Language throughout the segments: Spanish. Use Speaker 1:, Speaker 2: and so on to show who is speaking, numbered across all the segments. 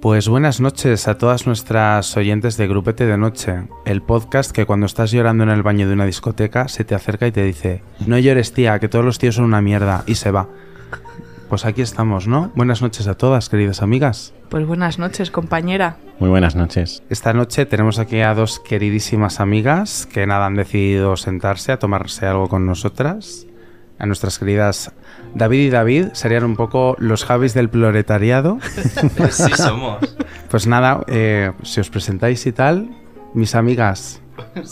Speaker 1: Pues buenas noches a todas nuestras oyentes de Grupete de Noche, el podcast que cuando estás llorando en el baño de una discoteca se te acerca y te dice, no llores tía, que todos los tíos son una mierda, y se va. Pues aquí estamos, ¿no? Buenas noches a todas, queridas amigas.
Speaker 2: Pues buenas noches, compañera.
Speaker 3: Muy buenas noches.
Speaker 1: Esta noche tenemos aquí a dos queridísimas amigas que nada han decidido sentarse a tomarse algo con nosotras. A nuestras queridas David y David serían un poco los Javis del proletariado.
Speaker 4: Sí somos.
Speaker 1: Pues nada, eh, si os presentáis y tal, mis amigas.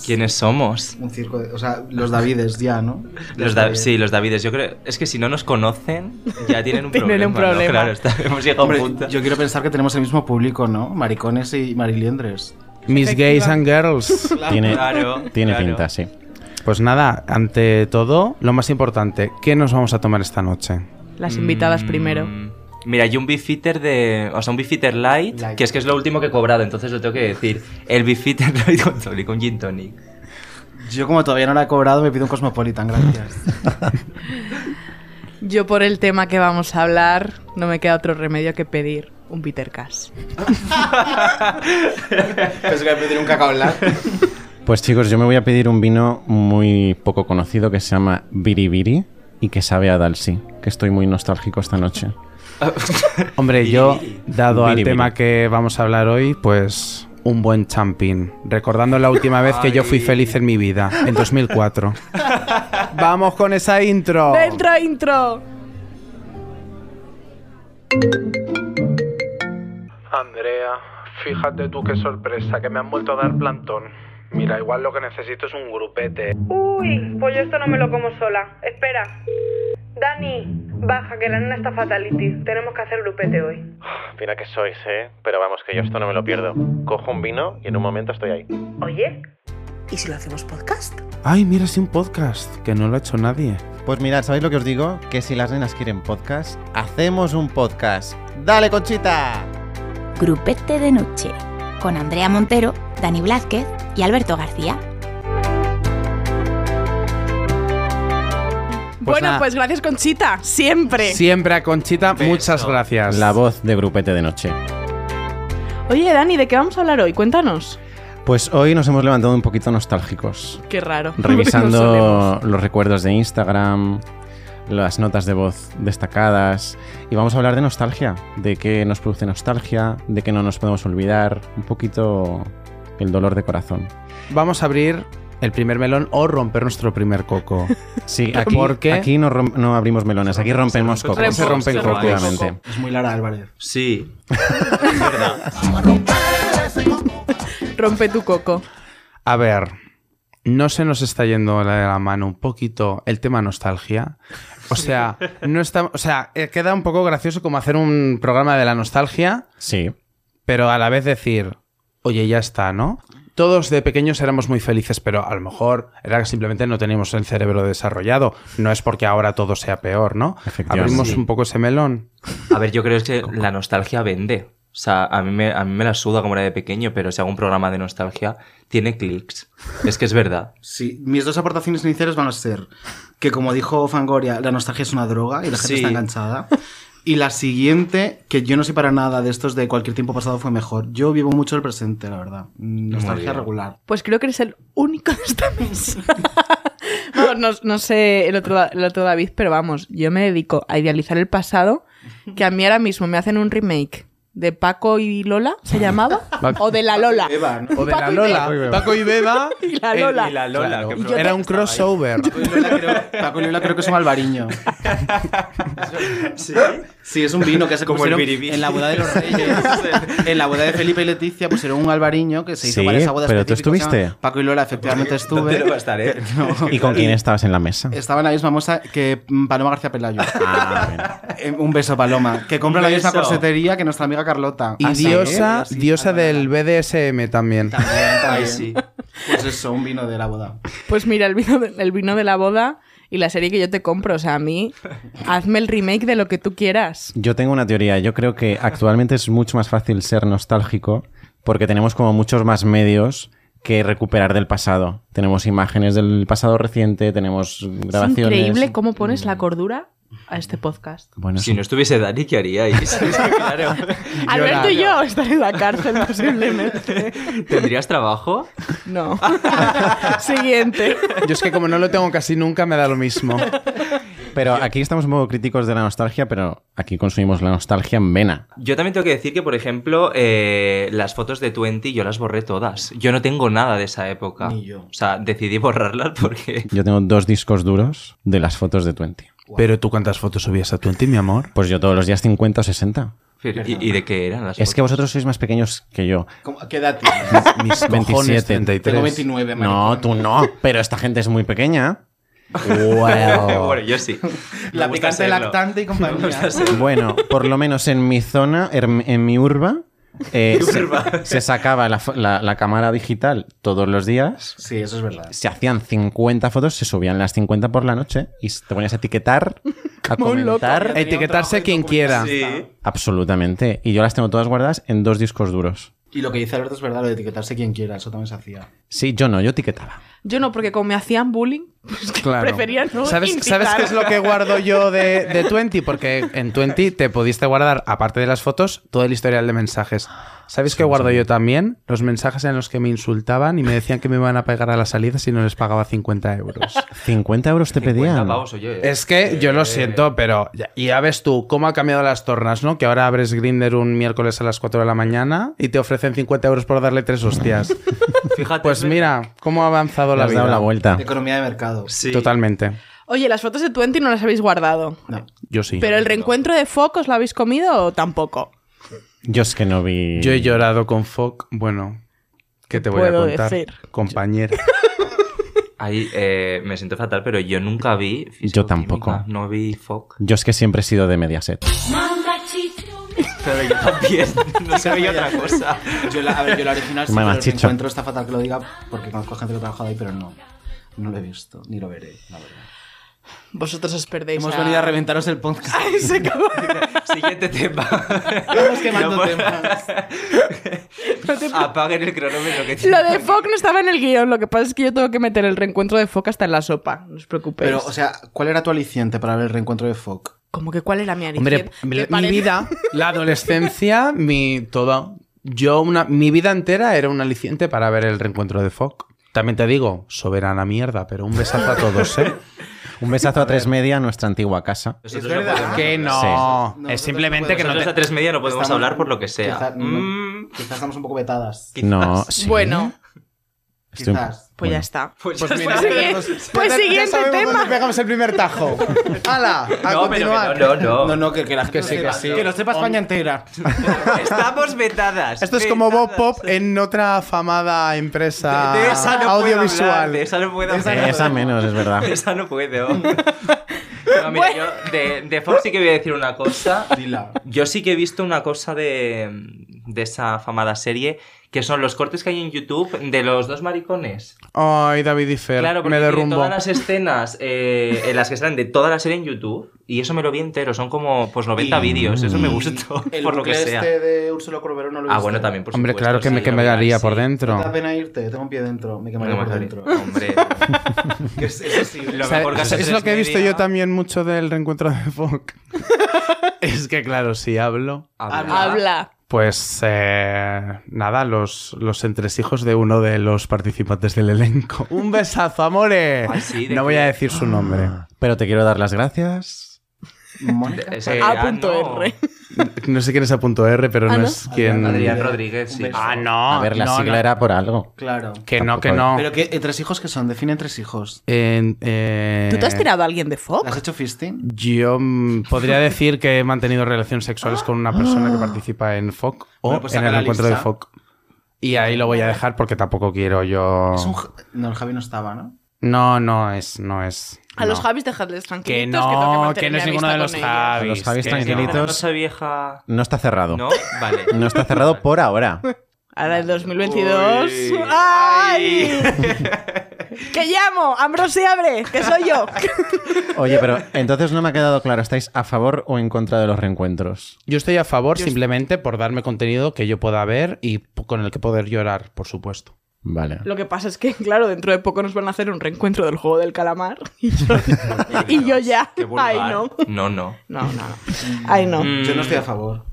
Speaker 4: ¿Quiénes somos?
Speaker 5: Un circo de, o sea, los Davides ya, ¿no?
Speaker 4: Los Da- sí, los Davides. Yo creo. Es que si no nos conocen, ya tienen un
Speaker 2: Tienen
Speaker 4: problema.
Speaker 2: un
Speaker 4: ¿no?
Speaker 2: problema.
Speaker 4: Claro, está- hemos llegado a
Speaker 5: Hombre,
Speaker 4: un punto.
Speaker 5: yo quiero pensar que tenemos el mismo público, ¿no? Maricones y mariliendres.
Speaker 1: Mis gays and girls.
Speaker 3: Tiene-
Speaker 4: Claro,
Speaker 3: Tiene
Speaker 4: claro.
Speaker 3: pinta, sí.
Speaker 1: Pues nada, ante todo, lo más importante, ¿qué nos vamos a tomar esta noche?
Speaker 2: Las invitadas
Speaker 4: Mm,
Speaker 2: primero.
Speaker 4: Mira, hay un beefeater de. O sea, un beefeater light,
Speaker 5: Light.
Speaker 4: que es que es lo último que he cobrado, entonces lo tengo que decir. El beefeater light con tonic, un gin tonic.
Speaker 5: Yo, como todavía no la he cobrado, me pido un Cosmopolitan, gracias.
Speaker 2: Yo por el tema que vamos a hablar, no me queda otro remedio que pedir un Peter Cash.
Speaker 5: Pensé que pedir un cacao
Speaker 3: Pues chicos, yo me voy a pedir un vino muy poco conocido que se llama Biribiri y que sabe a Dalsy, que estoy muy nostálgico esta noche.
Speaker 1: Hombre, yo, dado al
Speaker 3: Biri, biri.
Speaker 1: tema que vamos a hablar hoy, pues un buen champín. Recordando la última vez que yo fui
Speaker 4: Ay.
Speaker 1: feliz en mi vida, en 2004. ¡Vamos con esa intro!
Speaker 2: ¡Dentro intro!
Speaker 1: Andrea, fíjate tú qué sorpresa, que me han vuelto a dar plantón. Mira, igual lo que necesito es un grupete.
Speaker 6: Uy, pues yo esto no me lo como sola. Espera. Dani, baja, que la nena está fatality. Tenemos que hacer grupete hoy.
Speaker 3: Mira que sois, ¿eh? Pero vamos, que yo esto no me lo pierdo. Cojo un vino y en un momento estoy ahí.
Speaker 6: Oye, ¿y si lo hacemos podcast?
Speaker 1: Ay, mira, es un podcast, que no lo ha hecho nadie.
Speaker 3: Pues mirad, ¿sabéis lo que os digo? Que si las nenas quieren podcast, hacemos un podcast. ¡Dale, Conchita!
Speaker 7: Grupete de Noche, con Andrea Montero, Dani Blázquez y Alberto García.
Speaker 2: bueno,
Speaker 1: nada.
Speaker 2: pues gracias, Conchita. Siempre.
Speaker 1: Siempre a Conchita, muchas gracias.
Speaker 3: La voz de Grupete de Noche.
Speaker 2: Oye, Dani, ¿de qué vamos a hablar hoy? Cuéntanos.
Speaker 3: Pues hoy nos hemos levantado un poquito nostálgicos.
Speaker 2: Qué raro. No solemos.
Speaker 3: revisando los recuerdos de Instagram, las notas de voz destacadas y vamos a hablar de nostalgia, de qué nos produce nostalgia, de que no nos podemos olvidar, un poquito el dolor de corazón.
Speaker 1: Vamos a abrir el primer melón o romper nuestro primer coco.
Speaker 3: Sí, aquí,
Speaker 1: Porque-
Speaker 3: aquí no, rom- no abrimos melones, aquí rompemos
Speaker 4: Se
Speaker 3: cocos.
Speaker 4: rompe-
Speaker 1: se rompe el coco.
Speaker 3: Efectivamente.
Speaker 5: Es muy Lara Álvarez.
Speaker 4: Sí.
Speaker 2: Rompe tu coco.
Speaker 1: A ver, no se nos está yendo la de la mano un poquito el tema nostalgia. O sea, no está, o sea, eh, queda un poco gracioso como hacer un programa de la nostalgia,
Speaker 3: Sí,
Speaker 1: pero a la vez decir, oye, ya está, ¿no? Todos de pequeños éramos muy felices, pero a lo mejor era que simplemente no teníamos el cerebro desarrollado. No es porque ahora todo sea peor, ¿no?
Speaker 3: Efectivamente.
Speaker 1: Abrimos
Speaker 4: Sí.
Speaker 1: un poco ese melón.
Speaker 4: A ver, yo creo que la nostalgia vende. O sea, a mí, me, a mí me la suda como era de pequeño, pero si hago un programa de nostalgia, tiene clics. Es que es verdad.
Speaker 5: Sí, mis dos aportaciones iniciales van a ser que, como dijo Fangoria, la nostalgia es una droga y la gente
Speaker 4: Sí.
Speaker 5: está enganchada. Y la siguiente, que yo no sé para nada de estos de cualquier tiempo pasado fue mejor. Yo vivo mucho el presente, la verdad. Nostalgia
Speaker 4: bien.
Speaker 5: regular.
Speaker 2: Pues creo que eres el único de esta mesa. vamos, no, no sé el otro, el otro David, pero vamos, yo me dedico a idealizar el pasado, que a mí ahora mismo me hacen un remake de Paco y Lola, ¿se llamaba? o de la Lola.
Speaker 5: Eva, ¿no?
Speaker 1: O de la
Speaker 2: Paco y
Speaker 1: Lola. Paco y Beba. Eh,
Speaker 2: Y la Lola.
Speaker 4: Y la Lola,
Speaker 1: Claro.
Speaker 4: que
Speaker 2: Y yo
Speaker 4: pro-
Speaker 1: Era un crossover.
Speaker 5: Paco Lula creo que es un albariño. Sí, es un vino que se
Speaker 4: Como el
Speaker 5: pusieron
Speaker 4: biribiri.
Speaker 5: en la boda de los reyes. en la boda de Felipe y Leticia pusieron un albariño que se hizo
Speaker 3: Sí,
Speaker 5: para esa boda
Speaker 3: pero tú
Speaker 5: específica,
Speaker 3: estuviste.
Speaker 5: se llama Paco y Lola, efectivamente
Speaker 4: ¿Dónde lo va a
Speaker 5: estuve.
Speaker 4: estar, eh?
Speaker 3: ¿Y con quién estabas en la mesa?
Speaker 5: Estaba en la misma moza que mm, Paloma García Pelayo.
Speaker 3: Ah, bueno.
Speaker 5: Eh, Un beso, Paloma. Que compra
Speaker 4: Un
Speaker 5: la misma
Speaker 4: beso.
Speaker 5: corsetería que nuestra amiga Carlota.
Speaker 1: Y
Speaker 5: Ah, sí,
Speaker 1: diosa,
Speaker 5: ¿eh? Sí,
Speaker 1: diosa
Speaker 5: Alvarada.
Speaker 1: del BDSM también.
Speaker 5: También, también.
Speaker 4: Ay, sí.
Speaker 5: Pues eso, un vino de la boda.
Speaker 2: Pues mira, el vino, de, el vino de la boda y la serie que yo te compro, o sea, a mí, hazme el remake de lo que tú quieras.
Speaker 3: Yo tengo una teoría. Yo creo que actualmente es mucho más fácil ser nostálgico porque tenemos como muchos más medios que recuperar del pasado. Tenemos imágenes del pasado reciente, tenemos
Speaker 2: Es
Speaker 3: grabaciones.
Speaker 2: increíble cómo pones la cordura a este podcast.
Speaker 3: Bueno,
Speaker 4: Si no estuviese Dani, ¿qué haríais? Es que, claro,
Speaker 2: Alberto y yo estar en la cárcel posiblemente.
Speaker 4: ¿Tendrías trabajo?
Speaker 2: No. Siguiente.
Speaker 1: Yo es que como no lo tengo casi nunca, me da lo mismo.
Speaker 3: Pero aquí estamos un poco críticos de la nostalgia, pero aquí consumimos la nostalgia en vena.
Speaker 4: Yo también tengo que decir que, por ejemplo, eh, las fotos de Twenty yo las borré todas. Yo no tengo nada de esa época.
Speaker 5: Ni yo.
Speaker 4: O sea, decidí borrarlas porque...
Speaker 3: Yo tengo dos discos duros de las fotos de Twenty.
Speaker 1: Pero tú cuántas fotos subías a Twenty, mi amor.
Speaker 3: Pues yo todos los días 50 o 60.
Speaker 4: ¿Y, y de qué eran las
Speaker 3: Es que
Speaker 4: fotos?
Speaker 3: vosotros sois más pequeños que yo.
Speaker 5: ¿Cómo- ¿Qué edad tienes?
Speaker 1: Mis cojones,
Speaker 3: 27.
Speaker 1: 33.
Speaker 5: Tengo 29,
Speaker 3: No,
Speaker 5: maricón.
Speaker 3: tú no. Pero esta gente es muy pequeña.
Speaker 4: bueno, yo sí.
Speaker 5: La
Speaker 4: Me gusta
Speaker 5: picante
Speaker 4: serlo.
Speaker 5: lactante y
Speaker 4: Me gusta
Speaker 5: compañía.
Speaker 4: serlo.
Speaker 3: Bueno, por lo menos en mi zona, en, en mi urba, eh, se, se sacaba la, fo- la- la cámara digital todos los días.
Speaker 5: Sí, eso es verdad.
Speaker 3: Se hacían 50 fotos, se subían las 50 por la noche y te ponías a etiquetar, a
Speaker 2: Como un loco.
Speaker 3: comentar.
Speaker 1: Eh, Etiquetarse a quien quiera.
Speaker 4: Sí.
Speaker 3: Absolutamente. Y yo las tengo todas guardadas en dos discos duros.
Speaker 5: Y lo que dice Alberto es verdad, lo de etiquetarse quien quiera, eso también se hacía.
Speaker 3: Sí, yo no, yo etiquetaba.
Speaker 2: Yo no, porque como me hacían bullying, pues que
Speaker 1: Claro.
Speaker 2: prefería no
Speaker 1: ¿Sabes, ¿Sabes qué es lo que guardo yo de, de 20? Porque en 20 te pudiste guardar, aparte de las fotos, todo el historial de mensajes. ¿Sabes qué guardo yo también? Los mensajes en los que me insultaban y me decían que me iban a pegar a la salida si no les pagaba 50 euros.
Speaker 3: 50 euros te
Speaker 4: 50
Speaker 3: pedían.
Speaker 4: pavos, oye.
Speaker 1: Es que yo lo siento, pero ya, ya ves tú cómo ha cambiado las tornas, ¿no? Que ahora abres Grinder un miércoles a las 4 de la mañana y te ofrecen 50 euros por darle tres hostias.
Speaker 4: Fíjate. ¿eh?
Speaker 1: Pues mira, cómo ha avanzado
Speaker 3: Le
Speaker 1: la
Speaker 3: has
Speaker 1: vida.
Speaker 3: dado la vuelta.
Speaker 5: Economía de mercado.
Speaker 4: Sí.
Speaker 1: Totalmente.
Speaker 2: Oye, las fotos de Twenty no las habéis guardado.
Speaker 5: No.
Speaker 1: Yo sí.
Speaker 2: Pero el reencuentro de Focos, ¿la habéis comido o tampoco?
Speaker 3: Yo es que no vi.
Speaker 1: Yo he llorado con Foc. Bueno, ¿qué te voy
Speaker 2: puedo
Speaker 1: a contar?
Speaker 2: decir?
Speaker 1: Compañera.
Speaker 4: Ahí eh, me siento fatal, pero yo nunca vi.
Speaker 3: Yo tampoco.
Speaker 4: fisicoquímica, No vi FOC.
Speaker 3: Yo es que siempre he sido de Mediaset.
Speaker 4: Pero yo también. No se veía otra cosa.
Speaker 5: Yo la, a ver, yo la original sí,
Speaker 3: Mamá
Speaker 5: pero el
Speaker 3: chicha.
Speaker 5: encuentro está fatal que lo diga porque conozco gente que ha trabajado ahí, pero no. No lo he visto, ni lo veré, la verdad.
Speaker 2: Vosotros os perdéis.
Speaker 5: Hemos venido a reventaros el podcast.
Speaker 2: Ay, se acabó.
Speaker 4: Siguiente tema.
Speaker 5: Estamos quemando
Speaker 4: No, pues-
Speaker 5: temas.
Speaker 2: No te-
Speaker 4: Apaguen el cronómetro que
Speaker 2: Lo
Speaker 4: tiene.
Speaker 2: de Foc no estaba en el guión. Lo que pasa es que yo tengo que meter el reencuentro de Foc hasta en la sopa. No os preocupéis.
Speaker 5: Pero, o sea, ¿cuál era tu aliciente para ver el reencuentro de Fock?
Speaker 2: Como que cuál era mi adicción.
Speaker 1: Hombre,
Speaker 2: Me
Speaker 1: mi
Speaker 2: parece-
Speaker 1: vida, la adolescencia, mi todo. Yo, una, mi vida entera era un aliciente para ver el reencuentro de Foc. También te digo, soberana mierda, pero un besazo a todos, ¿eh?
Speaker 3: Un besazo a tres media a nuestra antigua casa.
Speaker 4: Nosotros
Speaker 5: Es
Speaker 4: no
Speaker 5: verdad.
Speaker 4: podemos
Speaker 1: que
Speaker 4: hablar.
Speaker 1: no.
Speaker 5: Sí.
Speaker 1: Es simplemente que no
Speaker 4: Nosotros
Speaker 1: te...
Speaker 4: a tres media no podemos
Speaker 5: Estamos-
Speaker 4: hablar por lo que sea.
Speaker 5: Quizá-
Speaker 4: Mm,
Speaker 5: Quizás estamos un poco vetadas.
Speaker 3: No, sí.
Speaker 2: Bueno,
Speaker 3: Estoy-
Speaker 5: Quizás.
Speaker 2: pues ya
Speaker 3: Bueno.
Speaker 2: está.
Speaker 4: pues
Speaker 1: Pues
Speaker 4: ya
Speaker 1: mira,
Speaker 4: está.
Speaker 2: Sigue- pues siguiente tema.
Speaker 1: pegamos el primer tajo. ¡Hala!
Speaker 4: No, pero que no, no,
Speaker 5: No,
Speaker 4: no.
Speaker 5: no, que, que la gente
Speaker 1: Que sí,
Speaker 5: lo
Speaker 1: que
Speaker 5: sepa.
Speaker 1: sí.
Speaker 5: lo sepa España entera.
Speaker 4: Estamos vetadas.
Speaker 1: Esto es como Bob
Speaker 4: vetadas.
Speaker 1: Pop en otra afamada empresa
Speaker 4: De esa no puedo
Speaker 1: audiovisual.
Speaker 4: hablar, de esa no puedo hablar.
Speaker 3: Eh, Esa menos, es verdad.
Speaker 4: Esa no puedo. No, mira, yo de, de Fox sí que voy a decir una cosa.
Speaker 5: Dila.
Speaker 4: Yo sí que he visto una cosa de, de esa famada serie, que son los cortes que hay en YouTube de los dos maricones.
Speaker 1: Ay, David y Fer,
Speaker 4: Claro, porque
Speaker 1: me
Speaker 4: tiene
Speaker 1: derrumbo.
Speaker 4: todas las escenas eh, en las que salen de toda la serie en YouTube, y eso me lo vi entero, son como pues 90 vídeos, eso me gustó,
Speaker 5: El
Speaker 4: por lo que
Speaker 5: bucle
Speaker 4: sea.
Speaker 5: este de Úrsula Corberó no lo he
Speaker 4: Ah,
Speaker 5: visto.
Speaker 4: bueno, también, por
Speaker 1: Hombre,
Speaker 4: supuesto,
Speaker 1: claro que
Speaker 4: sí,
Speaker 1: me
Speaker 4: lo
Speaker 1: quemaría
Speaker 4: verás,
Speaker 1: por
Speaker 4: sí.
Speaker 5: Me da
Speaker 1: dentro.
Speaker 5: pena irte, tengo un pie dentro. Me quemaría
Speaker 4: Bueno,
Speaker 5: por
Speaker 4: Magali,
Speaker 5: dentro.
Speaker 4: Hombre, que es, eso sí, lo mejor que
Speaker 1: ¿Sabes?
Speaker 4: hace
Speaker 1: Es
Speaker 4: tres
Speaker 1: lo que he visto
Speaker 4: media-
Speaker 1: yo también mucho del reencuentro de Fock. es que claro, si hablo,
Speaker 4: Habla.
Speaker 2: Habla.
Speaker 1: pues eh, nada, los, los entresijos de uno de los participantes del elenco. Un besazo, amores.
Speaker 4: Ay, sí, ¿de
Speaker 1: no voy
Speaker 4: qué? Ah.
Speaker 1: a decir su nombre.
Speaker 3: Pero te quiero dar las gracias.
Speaker 5: Mónica.
Speaker 4: Esa-
Speaker 1: Eh,
Speaker 4: ah, no.
Speaker 2: A.R.
Speaker 1: No sé quién es a punto R, pero
Speaker 2: Ah,
Speaker 1: no,
Speaker 2: ¿no?
Speaker 1: es quien...
Speaker 4: Adrián
Speaker 5: Mm.
Speaker 4: Rodríguez, sí.
Speaker 5: Un beso.
Speaker 1: Ah, no.
Speaker 3: a ver, la
Speaker 1: no,
Speaker 3: sigla
Speaker 1: no.
Speaker 3: era por algo.
Speaker 5: Claro.
Speaker 1: Que no, que
Speaker 3: Tampoco.
Speaker 1: no.
Speaker 5: Pero que, eh, ¿tres hijos que son? Definen tres hijos.
Speaker 1: En- eh,
Speaker 2: ¿Tú te has tirado a alguien de
Speaker 5: ¿Le has
Speaker 2: Fox?
Speaker 5: hecho fisting?
Speaker 1: Yo mm, podría decir que he mantenido relaciones sexuales con una persona que participa en FOC o
Speaker 5: Bueno, pues
Speaker 1: en
Speaker 5: saca
Speaker 1: el
Speaker 5: la
Speaker 1: encuentro de
Speaker 5: lista.
Speaker 1: FOC. Y ahí lo voy a dejar porque tampoco quiero yo.
Speaker 5: Es un... Ja- No, el Javi no estaba, ¿no?
Speaker 1: No, no es, no es.
Speaker 2: A los
Speaker 1: no.
Speaker 2: Javis dejadles tranquilos.
Speaker 1: Que no, que, no es ninguno de los
Speaker 2: Javis.
Speaker 1: Javis.
Speaker 3: Los Javis
Speaker 1: que-
Speaker 3: tranquilitos.
Speaker 4: Una cosa vieja...
Speaker 3: No está cerrado.
Speaker 4: ¿No? Vale.
Speaker 3: No está cerrado por ahora.
Speaker 2: Ahora el 2022.
Speaker 4: Uy.
Speaker 2: ¡Ay! ¡Que llamo! ¡Ambrose abre! ¡Que soy yo!
Speaker 3: Oye, pero entonces no me ha quedado claro, ¿estáis a favor o en contra de los reencuentros?
Speaker 1: Yo estoy a favor
Speaker 2: Yo-
Speaker 1: simplemente por darme contenido que yo pueda ver y p- con el que poder llorar, por supuesto.
Speaker 3: Vale.
Speaker 2: Lo que pasa es que, claro, dentro de poco nos van a hacer un reencuentro del juego del calamar. Y yo, y yo ya.
Speaker 4: Qué vulgar.
Speaker 2: Ay, no.
Speaker 4: No, no.
Speaker 2: No, no, no. Ay, no.
Speaker 4: Mm,
Speaker 5: Yo no estoy a favor.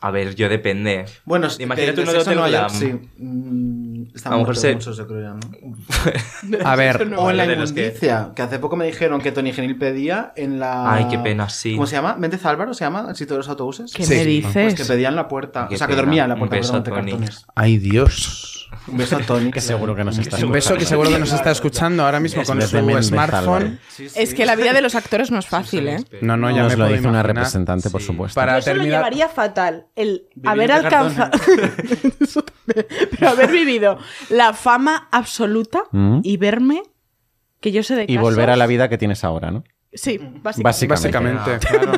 Speaker 4: A ver, yo depende.
Speaker 5: Bueno,
Speaker 4: Imagínate
Speaker 5: de- de
Speaker 4: uno de
Speaker 5: sexo
Speaker 4: Hotel
Speaker 5: no hay-
Speaker 4: Glam.
Speaker 5: Sí. Mm,
Speaker 4: A lo
Speaker 5: Estamos
Speaker 4: mejor se-
Speaker 5: muchos, yo creo ya, ¿no?
Speaker 1: A ver,
Speaker 5: O en la
Speaker 4: de los que-
Speaker 5: inmundicia, que... hace poco me dijeron que Tony Genil pedía en la...
Speaker 4: Ay, qué pena, sí.
Speaker 5: ¿Cómo se llama? ¿Méndez Álvaro se llama? ¿El sitio de los autobuses?
Speaker 2: ¿Qué
Speaker 1: Sí.
Speaker 2: me
Speaker 5: Pues
Speaker 2: dices?
Speaker 5: que pedían la puerta.
Speaker 4: Qué
Speaker 5: o sea, que
Speaker 4: pena.
Speaker 5: dormía en la
Speaker 4: Un
Speaker 5: puerta,
Speaker 4: beso
Speaker 5: perdón,
Speaker 4: a
Speaker 5: de
Speaker 4: Tony.
Speaker 5: cartones.
Speaker 1: ay Dios.
Speaker 5: Un beso a Tony.
Speaker 3: Que seguro que nos está
Speaker 1: Un beso que seguro que nos está escuchando ahora mismo con
Speaker 3: Desde
Speaker 1: su
Speaker 3: Méndez
Speaker 1: smartphone.
Speaker 3: Álvarez.
Speaker 5: Sí, sí.
Speaker 2: Es que la vida de los actores no es fácil, ¿eh?
Speaker 1: No, no, ya
Speaker 3: nos
Speaker 1: me
Speaker 3: lo
Speaker 1: puedo
Speaker 3: dice una
Speaker 1: imaginar.
Speaker 3: representante, por
Speaker 4: Sí.
Speaker 3: supuesto.
Speaker 1: Para
Speaker 2: Eso lo
Speaker 1: terminar,
Speaker 2: llevaría fatal. El
Speaker 5: Vivir
Speaker 2: haber
Speaker 5: de
Speaker 2: alcanzado. Eso también. Pero haber vivido la fama absoluta
Speaker 3: Mm.
Speaker 2: y verme que yo sé de
Speaker 3: Y
Speaker 2: casos-
Speaker 3: volver a la vida que tienes ahora, ¿no?
Speaker 2: Sí,
Speaker 1: Mm.
Speaker 2: básicamente.
Speaker 1: básicamente, Ah, claro.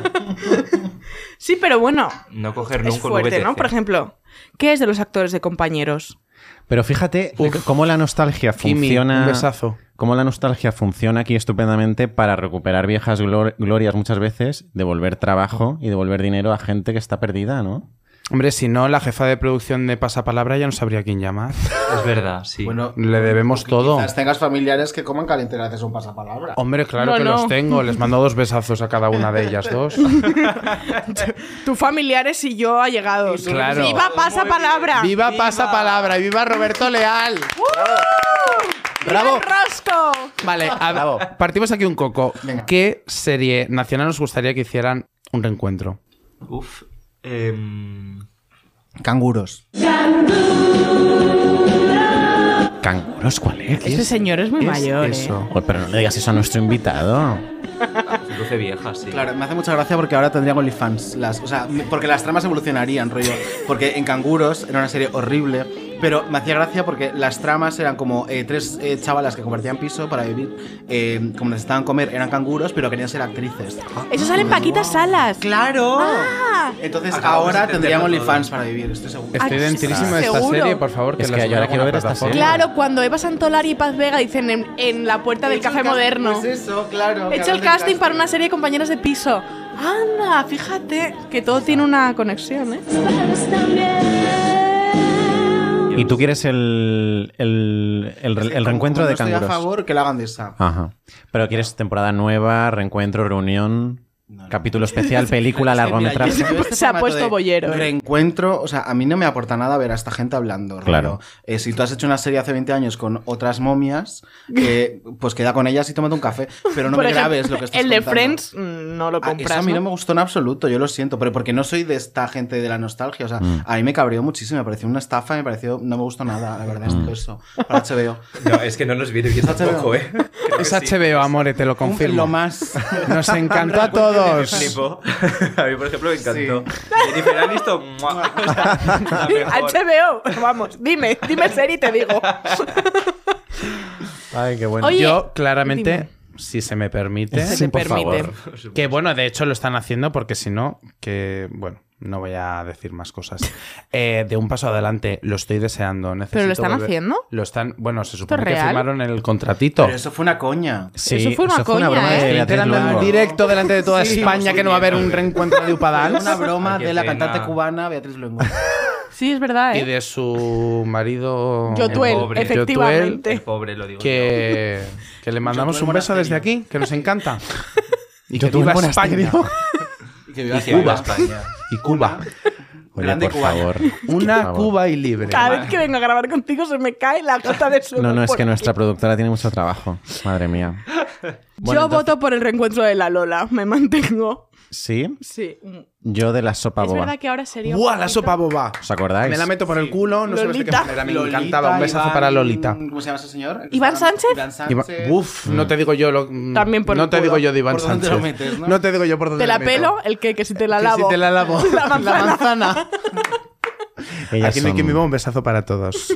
Speaker 2: Sí, pero bueno.
Speaker 4: No coger nunca
Speaker 2: Es
Speaker 4: un
Speaker 2: fuerte,
Speaker 4: VTC.
Speaker 2: ¿no? Por ejemplo, ¿qué es de los actores de compañeros?
Speaker 3: Pero fíjate cómo la nostalgia
Speaker 1: Kimi,
Speaker 3: funciona.
Speaker 1: un besazo.
Speaker 3: Cómo la nostalgia funciona aquí estupendamente para recuperar viejas glor- glorias muchas veces, devolver trabajo y devolver dinero a gente que está perdida, ¿no?
Speaker 1: Hombre, si no, la jefa de producción de Pasapalabra ya no sabría quién llamar.
Speaker 4: Es verdad, sí.
Speaker 5: Bueno,
Speaker 1: Le debemos todo.
Speaker 5: Quizás tengas familiares que coman caliente gracias a un pasapalabra.
Speaker 1: Hombre, claro
Speaker 2: No,
Speaker 1: que
Speaker 2: no.
Speaker 1: los tengo. Les mando dos besazos a cada una de ellas, dos.
Speaker 2: Tus familiares y yo allegados.
Speaker 1: Claro.
Speaker 2: ¡Viva pasa palabra!
Speaker 1: ¡Viva Pasapalabra! ¡Viva Roberto Leal!
Speaker 2: ¡Viva el Rosco!
Speaker 1: Vale, a-
Speaker 3: Bravo.
Speaker 1: partimos aquí un coco.
Speaker 5: Venga.
Speaker 1: ¿Qué serie nacional nos gustaría que hicieran un reencuentro?
Speaker 4: Uf. em,
Speaker 5: Canguros.
Speaker 3: ¿Canguros cuál es?
Speaker 2: Este señor es muy mayor. ¿eh?
Speaker 1: Eso.
Speaker 3: Oh, pero no le digas eso a nuestro invitado.
Speaker 4: luce vieja, sí.
Speaker 5: Claro, me hace mucha gracia porque ahora tendrían OnlyFans. Las, o sea, me- porque las tramas evolucionarían, rollo. Porque en Canguros era una serie horrible, pero me hacía gracia porque las tramas eran como eh, tres eh, chavalas que compartían piso para vivir. eh, como necesitaban comer, eran canguros, pero querían ser actrices.
Speaker 4: Ah.
Speaker 2: Eso sale en Paquita Salas.
Speaker 5: ¡Claro!
Speaker 2: Ah,
Speaker 5: Entonces
Speaker 4: Acabamos de
Speaker 5: ahora
Speaker 4: entenderlo
Speaker 5: tendrían
Speaker 4: todo.
Speaker 5: OnlyFans para vivir, estoy seguro.
Speaker 1: Estoy
Speaker 2: Ah,
Speaker 1: dentrísimo de esta
Speaker 2: seguro.
Speaker 1: serie, por favor. Que
Speaker 3: Es
Speaker 1: la
Speaker 3: que yo ahora
Speaker 1: suban a
Speaker 3: quiero
Speaker 1: la
Speaker 3: ver esta
Speaker 1: plataforma.
Speaker 3: serie.
Speaker 2: claro, cuando Eva Santolari y Paz Vega dicen en, en la puerta del café moderno.
Speaker 5: Pues eso, claro.
Speaker 2: He hecho el casting para una serie de compañeras de piso. Anda, fíjate que todo tiene una conexión, ¿eh?
Speaker 3: ¿Y tú quieres el, el, el- el reencuentro de Ah,
Speaker 5: Estoy a
Speaker 3: canguros?
Speaker 5: favor que la hagan de esa.
Speaker 3: Ajá. Pero quieres temporada nueva, reencuentro, reunión,
Speaker 5: No, no.
Speaker 3: capítulo especial, película,
Speaker 5: Es que, mira, yo-
Speaker 3: largometraje.
Speaker 5: yo
Speaker 2: Se ha
Speaker 5: formato
Speaker 2: puesto
Speaker 5: de
Speaker 2: bollero, eh.
Speaker 5: Reencuentro, o sea, a mí no me aporta nada ver a esta gente hablando. rollo.
Speaker 3: Claro.
Speaker 5: Eh, si tú has hecho una serie hace 20 años con otras momias, eh, pues queda con ellas y tómate un café. Pero no
Speaker 2: Por
Speaker 5: me
Speaker 2: ejemplo,
Speaker 5: grabes lo que estás
Speaker 2: El de
Speaker 5: contando.
Speaker 2: Friends mm, no lo
Speaker 5: Ah, eso
Speaker 2: compras.
Speaker 5: a mí
Speaker 2: ¿no?
Speaker 5: no me gustó en absoluto, yo lo siento, pero porque no soy de esta gente de la nostalgia, o sea,
Speaker 3: Mm.
Speaker 5: a mí me cabreó muchísimo, me pareció una estafa, me pareció, no me gustó nada, la verdad,
Speaker 3: Mm.
Speaker 5: es eso, para HBO.
Speaker 4: No, es que no nos viene bien tampoco, ¿eh? Creo que
Speaker 1: Es
Speaker 4: sí.
Speaker 1: HBO, amores, te lo
Speaker 5: Lo
Speaker 1: confirmo.
Speaker 5: más...
Speaker 1: Nos encantó a
Speaker 4: Me
Speaker 1: todos.
Speaker 4: flipó. A mí, por ejemplo, me encantó. Jennifer Aniston, ¡mua! O sea, la mejor.
Speaker 2: HBO, vamos, dime, dime serie y te digo.
Speaker 3: Ay, qué bueno.
Speaker 2: Oye,
Speaker 1: Yo, claramente,
Speaker 2: dime.
Speaker 1: si se me permite,
Speaker 2: Se te
Speaker 1: por
Speaker 2: permite.
Speaker 1: favor. Que bueno, de hecho lo están haciendo porque si no, que bueno, no voy a decir más cosas. Eh, de un paso adelante, lo estoy deseando. necesito
Speaker 2: ¿Pero lo están
Speaker 1: volver-
Speaker 2: haciendo?
Speaker 1: Lo están, bueno, se supone que
Speaker 2: real?
Speaker 1: firmaron el contratito.
Speaker 5: Pero eso fue una coña.
Speaker 3: Sí,
Speaker 2: eso fue una coña,
Speaker 3: broma
Speaker 2: ¿eh?
Speaker 3: de
Speaker 1: Estoy
Speaker 3: Beatriz
Speaker 1: enterando en
Speaker 3: Luengo.
Speaker 1: directo delante de toda
Speaker 5: Sí,
Speaker 1: España
Speaker 5: sí,
Speaker 1: que no va a haber un reencuentro de Upadans
Speaker 5: Una broma
Speaker 4: Ay, qué
Speaker 5: de la
Speaker 4: pena.
Speaker 5: cantante cubana Beatriz Luengo.
Speaker 2: Sí, es verdad,
Speaker 1: y
Speaker 2: ¿eh?
Speaker 1: de su marido
Speaker 2: Yotuel,
Speaker 1: pobre,
Speaker 2: efectivamente.
Speaker 4: El pobre, lo digo.
Speaker 1: que, que le mandamos
Speaker 5: Yotuel
Speaker 1: un beso desde
Speaker 5: Monasterio.
Speaker 1: aquí, que nos encanta. Y que
Speaker 3: Yotuel
Speaker 1: viva
Speaker 3: Monasterio.
Speaker 1: España.
Speaker 5: Y
Speaker 4: yo.
Speaker 5: que viva
Speaker 4: Y que viva
Speaker 5: España.
Speaker 4: España.
Speaker 1: Y Cuba.
Speaker 3: Oye,
Speaker 5: Grande
Speaker 3: por
Speaker 5: cubana.
Speaker 3: favor. Por
Speaker 1: Una
Speaker 3: favor.
Speaker 1: Cuba y libre.
Speaker 2: Cada vez que vengo a grabar contigo se me cae la gota de sudor.
Speaker 3: No, no, es
Speaker 2: por
Speaker 3: que nuestra
Speaker 2: aquí.
Speaker 3: productora tiene mucho trabajo. Madre mía. Bueno,
Speaker 2: Yo
Speaker 3: entonces-
Speaker 2: voto por el reencuentro de la Lola, me mantengo.
Speaker 3: Sí,
Speaker 2: Sí.
Speaker 3: yo de la sopa
Speaker 2: es
Speaker 3: boba.
Speaker 2: verdad que ahora sería. un
Speaker 1: ¡Buah, la
Speaker 2: poquito-
Speaker 1: sopa boba!
Speaker 3: ¿Os acordáis?
Speaker 1: Me la meto por el culo, no sabes de qué
Speaker 2: Lolita.
Speaker 1: manera. Me
Speaker 5: Lolita,
Speaker 1: encantaba. Un besazo
Speaker 5: Iván-
Speaker 1: para Lolita.
Speaker 5: ¿Cómo se llama ese señor?
Speaker 2: ¿Iván Sánchez?
Speaker 5: Iván
Speaker 1: Iba-
Speaker 5: Sánchez.
Speaker 1: Uf, no te digo yo lo-
Speaker 2: También por
Speaker 1: No
Speaker 2: el
Speaker 1: te
Speaker 2: culo.
Speaker 1: digo yo de Iván
Speaker 5: ¿Por dónde
Speaker 1: Sánchez.
Speaker 5: lo metes, no?
Speaker 1: te digo yo por dónde
Speaker 2: ¿Te la
Speaker 1: lo meto.
Speaker 2: pelo? El que, que si te la
Speaker 1: Que
Speaker 2: lavo.
Speaker 1: Si te la lavo.
Speaker 2: La manzana.
Speaker 3: Ellas
Speaker 1: Aquí no hay
Speaker 3: son-
Speaker 1: quien viva, un besazo para todos.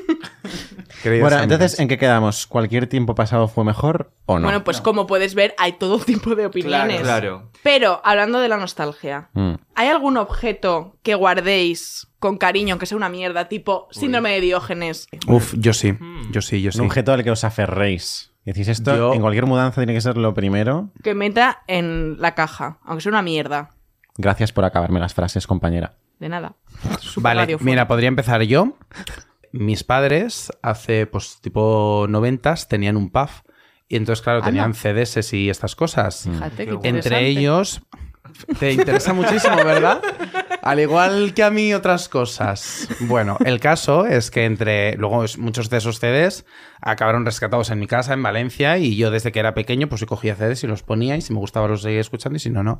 Speaker 1: Queridas
Speaker 3: Bueno,
Speaker 1: amigas.
Speaker 3: entonces, ¿en qué quedamos? ¿Cualquier tiempo pasado fue mejor o no?
Speaker 2: Bueno, pues como puedes ver, hay todo tipo de opiniones.
Speaker 4: Claro.
Speaker 2: Pero hablando de la nostalgia,
Speaker 3: Mm.
Speaker 2: ¿hay algún objeto que guardéis con cariño, aunque sea una mierda, tipo síndrome de Diógenes?
Speaker 1: Uf, yo sí.
Speaker 5: Mm.
Speaker 1: Yo sí, yo sí.
Speaker 3: Un objeto al que os aferréis. Decís esto,
Speaker 1: Yo-
Speaker 3: en cualquier mudanza tiene que ser lo primero.
Speaker 2: Que meta en la caja, aunque sea una mierda.
Speaker 3: Gracias por acabarme las frases, compañera.
Speaker 2: De nada. Súper
Speaker 1: Vale,
Speaker 2: radiofónico.
Speaker 1: mira, podría empezar yo. mis padres hace pues tipo noventas tenían un pub y entonces claro
Speaker 2: Anda.
Speaker 1: tenían CDs y estas cosas.
Speaker 3: Mm.
Speaker 2: Fíjate, qué
Speaker 1: Entre
Speaker 4: Entre
Speaker 2: interesante.
Speaker 1: ellos te interesa muchísimo, ¿verdad? Al igual que a mí otras cosas. Bueno, el caso es que entre luego es- muchos de esos CDs acabaron rescatados en mi casa en Valencia y yo desde que era pequeño pues sí cogía CDs y los ponía y si me gustaba los seguía escuchando y si no no.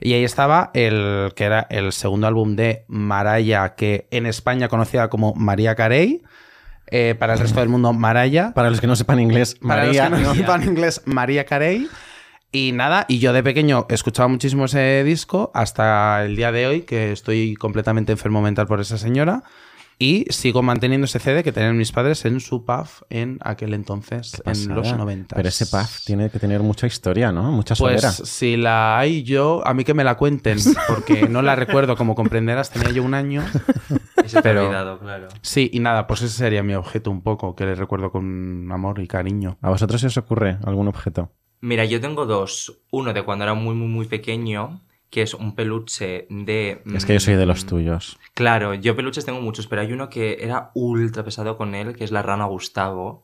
Speaker 1: Y ahí estaba el que era el segundo álbum de Maraya que en España conocida como María Carey, eh, para el resto del mundo Maraya.
Speaker 3: Para los que no sepan inglés,
Speaker 1: Para
Speaker 3: María.
Speaker 1: los que no
Speaker 4: María.
Speaker 1: sepan inglés, María Carey. Y nada, y yo de pequeño escuchaba muchísimo ese disco hasta el día de hoy, que estoy completamente enfermo mental por esa señora. Y sigo manteniendo ese CD que tenían mis padres en su pub en aquel entonces, en
Speaker 3: Pasada.
Speaker 1: los 90.
Speaker 3: Pero ese pub tiene que tener mucha historia, ¿no? Mucha
Speaker 1: Pues
Speaker 3: solera.
Speaker 1: si la hay yo, a mí que me la cuenten, porque no la recuerdo, como comprenderás, tenía yo un año.
Speaker 4: Y se te ha
Speaker 1: Pero-
Speaker 4: olvidado, claro.
Speaker 1: Sí, y nada, pues ese sería mi objeto un poco, que le recuerdo con amor y cariño.
Speaker 3: ¿A vosotros se os ocurre algún objeto?
Speaker 4: Mira, yo tengo dos. Uno de cuando era muy, muy, muy pequeño, que es un peluche de...
Speaker 3: Es que yo soy de los
Speaker 4: mm,
Speaker 3: tuyos.
Speaker 4: Claro, yo peluches tengo muchos, pero hay uno que era ultra pesado con él, que es la rana Gustavo,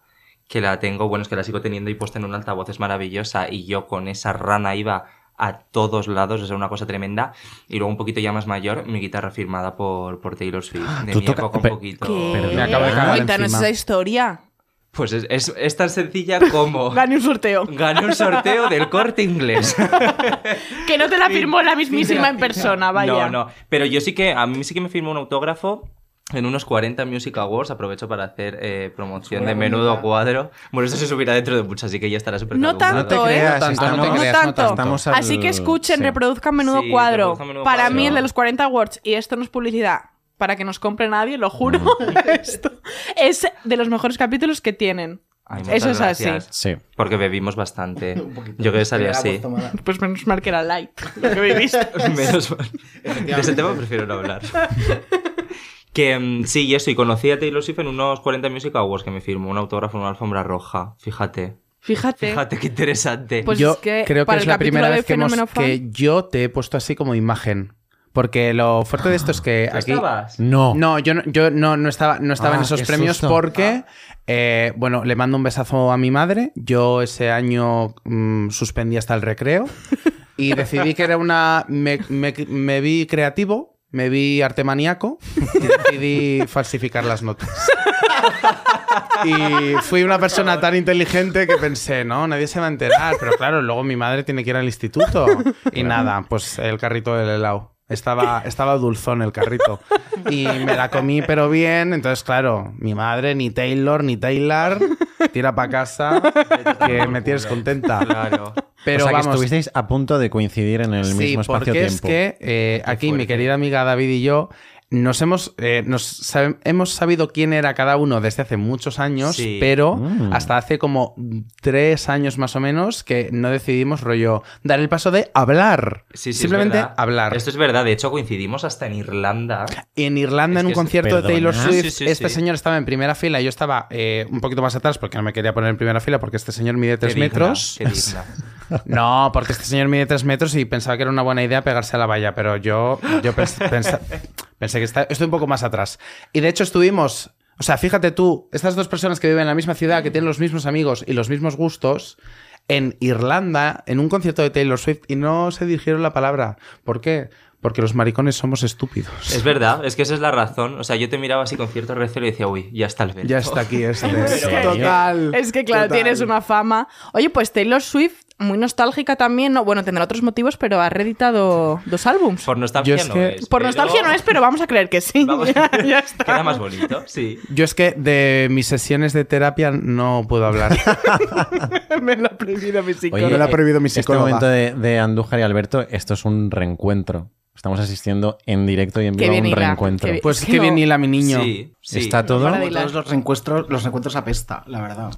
Speaker 4: que la tengo, bueno, es que la sigo teniendo y puesta en un altavoz, es maravillosa, y yo con esa rana iba a todos lados, o sea, una cosa tremenda, y luego un poquito ya más mayor, mi guitarra firmada por, por Taylor Swift, de
Speaker 3: Ah, Tú
Speaker 4: mi
Speaker 3: toca-
Speaker 4: época un
Speaker 3: pe-
Speaker 4: poquito...
Speaker 2: ¿Qué?
Speaker 1: me acabo de cagar
Speaker 2: Cuéntanos
Speaker 1: encima.
Speaker 2: esa historia.
Speaker 4: Pues es, es- es tan sencilla como...
Speaker 2: Gané un sorteo.
Speaker 4: Gané un sorteo del corte inglés.
Speaker 2: Que no te la firmó la mismísima en persona, Ah, vaya.
Speaker 4: No, no. Pero yo sí que, a mí sí que me firmó un autógrafo en unos 40 Music Awards. Aprovecho para hacer eh, promoción de menudo cuadro. Bueno, esto se subirá dentro de mucho, así que ya estará súper
Speaker 2: No
Speaker 4: caducado.
Speaker 2: tanto, ¿eh?
Speaker 1: creas, tanto,
Speaker 3: estamos-
Speaker 1: no te creas,
Speaker 2: tanto.
Speaker 3: estamos al-
Speaker 2: Así que escuchen,
Speaker 3: sí.
Speaker 2: reproduzcan menudo
Speaker 4: Sí,
Speaker 2: cuadro.
Speaker 4: reproduzcan menudo
Speaker 2: para
Speaker 4: cuadro.
Speaker 2: mí, el de los 40 Awards, y esto no es publicidad, para que nos compre nadie, lo juro,
Speaker 3: Mm.
Speaker 2: esto es de los mejores capítulos que tienen.
Speaker 4: Ay, muchas
Speaker 2: Eso es así.
Speaker 4: gracias.
Speaker 3: Sí.
Speaker 4: Porque bebimos bastante.
Speaker 5: Un poquito.
Speaker 4: Yo creo que salí
Speaker 5: Era
Speaker 4: así.
Speaker 5: voz tomada.
Speaker 2: Pues menos mal que era light lo que viviste.
Speaker 4: Menos mal. De ese tema prefiero no hablar. Que mm, sí, y eso, y conocí a Taylor Swift en unos 40 Music Awards que me firmó un autógrafo en una alfombra roja. Fíjate.
Speaker 2: Fíjate.
Speaker 4: Fíjate qué interesante.
Speaker 2: Pues
Speaker 1: yo
Speaker 2: es que
Speaker 1: creo que
Speaker 2: para
Speaker 1: es
Speaker 2: el
Speaker 1: la
Speaker 2: capítulo
Speaker 1: primera
Speaker 2: de
Speaker 1: vez que, hemos-
Speaker 2: Fenómeno Fan-
Speaker 1: que yo te he puesto así como imagen. Porque lo fuerte de esto es que
Speaker 4: ¿Tú
Speaker 1: aquí...
Speaker 4: estabas?
Speaker 3: No.
Speaker 1: No, yo no, yo no, no estaba, no estaba
Speaker 3: Ah,
Speaker 1: en esos
Speaker 3: qué
Speaker 1: premios
Speaker 3: susto. Ah.
Speaker 1: porque, eh, bueno, le mando un besazo a mi madre. Yo ese año mm, suspendí hasta el recreo y decidí que era una... Me, me- me vi creativo, me vi artemaníaco y decidí falsificar las notas. Y fui una persona tan inteligente que pensé, no, nadie se va a enterar. Pero claro, luego mi madre tiene que ir al instituto. Y nada, pues el carrito del helado. Estaba, estaba dulzón el carrito. Y me la comí, pero bien. Entonces, claro, mi madre, ni Taylor, ni Taylor, tira para casa, que me tienes contenta.
Speaker 4: Claro.
Speaker 1: Pero
Speaker 3: o sea, que
Speaker 1: vamos,
Speaker 3: estuvisteis a punto de coincidir en el mismo
Speaker 1: porque
Speaker 3: espacio-tiempo.
Speaker 1: es que eh, aquí mi querida amiga David y yo nos hemos, eh, nos sabe- hemos sabido quién era cada uno desde hace muchos años,
Speaker 4: Sí.
Speaker 1: pero
Speaker 3: Mm.
Speaker 1: hasta hace como tres años más o menos que no decidimos rollo dar el paso de hablar.
Speaker 4: Sí, sí, es
Speaker 1: Simplemente
Speaker 4: verdad.
Speaker 1: hablar.
Speaker 4: Esto es verdad, de hecho coincidimos hasta en Irlanda.
Speaker 1: En Irlanda,
Speaker 4: Es
Speaker 1: en un
Speaker 4: que es-
Speaker 1: concierto de Taylor
Speaker 3: Perdona.
Speaker 1: Swift,
Speaker 4: Sí, sí,
Speaker 1: este
Speaker 4: sí.
Speaker 1: señor estaba en primera fila y yo estaba eh, un poquito más atrás porque no me quería poner en primera fila porque este señor mide tres
Speaker 4: Qué digna,
Speaker 1: metros.
Speaker 4: qué digna.
Speaker 1: No, porque este señor mide tres metros y pensaba que era una buena idea pegarse a la valla, pero yo, yo pens- pensa- pensé que está, estoy un poco más atrás. Y de hecho estuvimos, o sea, fíjate tú, estas dos personas que viven en la misma ciudad, que tienen los mismos amigos y los mismos gustos, en Irlanda, en un concierto de Taylor Swift, y no se dirigieron la palabra. ¿Por qué? Porque los maricones somos estúpidos.
Speaker 4: Es verdad, es que esa es la razón. O sea, yo te miraba así con cierto recelo y decía, uy, ya está el vento.
Speaker 1: Ya está aquí este.
Speaker 2: Es que-
Speaker 1: Total.
Speaker 2: Es que, claro,
Speaker 1: total.
Speaker 2: tienes una fama. Oye, pues Taylor Swift, muy nostálgica también. ¿no? Bueno, tendrá otros motivos, pero ha reeditado dos álbums.
Speaker 4: Por nostalgia
Speaker 1: Yo es
Speaker 4: no
Speaker 1: que-
Speaker 3: Pues
Speaker 4: es.
Speaker 2: Por
Speaker 4: pero-
Speaker 2: nostalgia no es, pero vamos a creer que sí.
Speaker 4: Vamos,
Speaker 2: ya, ya está.
Speaker 4: Queda más bonito, sí.
Speaker 1: Yo es que de mis sesiones de terapia no puedo hablar.
Speaker 2: Me lo ha prohibido mi psicólogo.
Speaker 1: me lo ha
Speaker 3: eh,
Speaker 1: prohibido mi psicóloga.
Speaker 3: Este momento de, de Andújar y Alberto, esto es un reencuentro. Estamos asistiendo en directo y en
Speaker 2: Qué
Speaker 3: vivo a
Speaker 2: bien,
Speaker 3: un
Speaker 2: Ira,
Speaker 3: reencuentro.
Speaker 2: qué bien.
Speaker 1: Pues
Speaker 2: Es
Speaker 1: qué
Speaker 2: que no-
Speaker 1: bien hila mi niño.
Speaker 4: Sí, sí.
Speaker 3: Está todo.
Speaker 5: Como todos los reencuentros, los encuentros apesta, la verdad.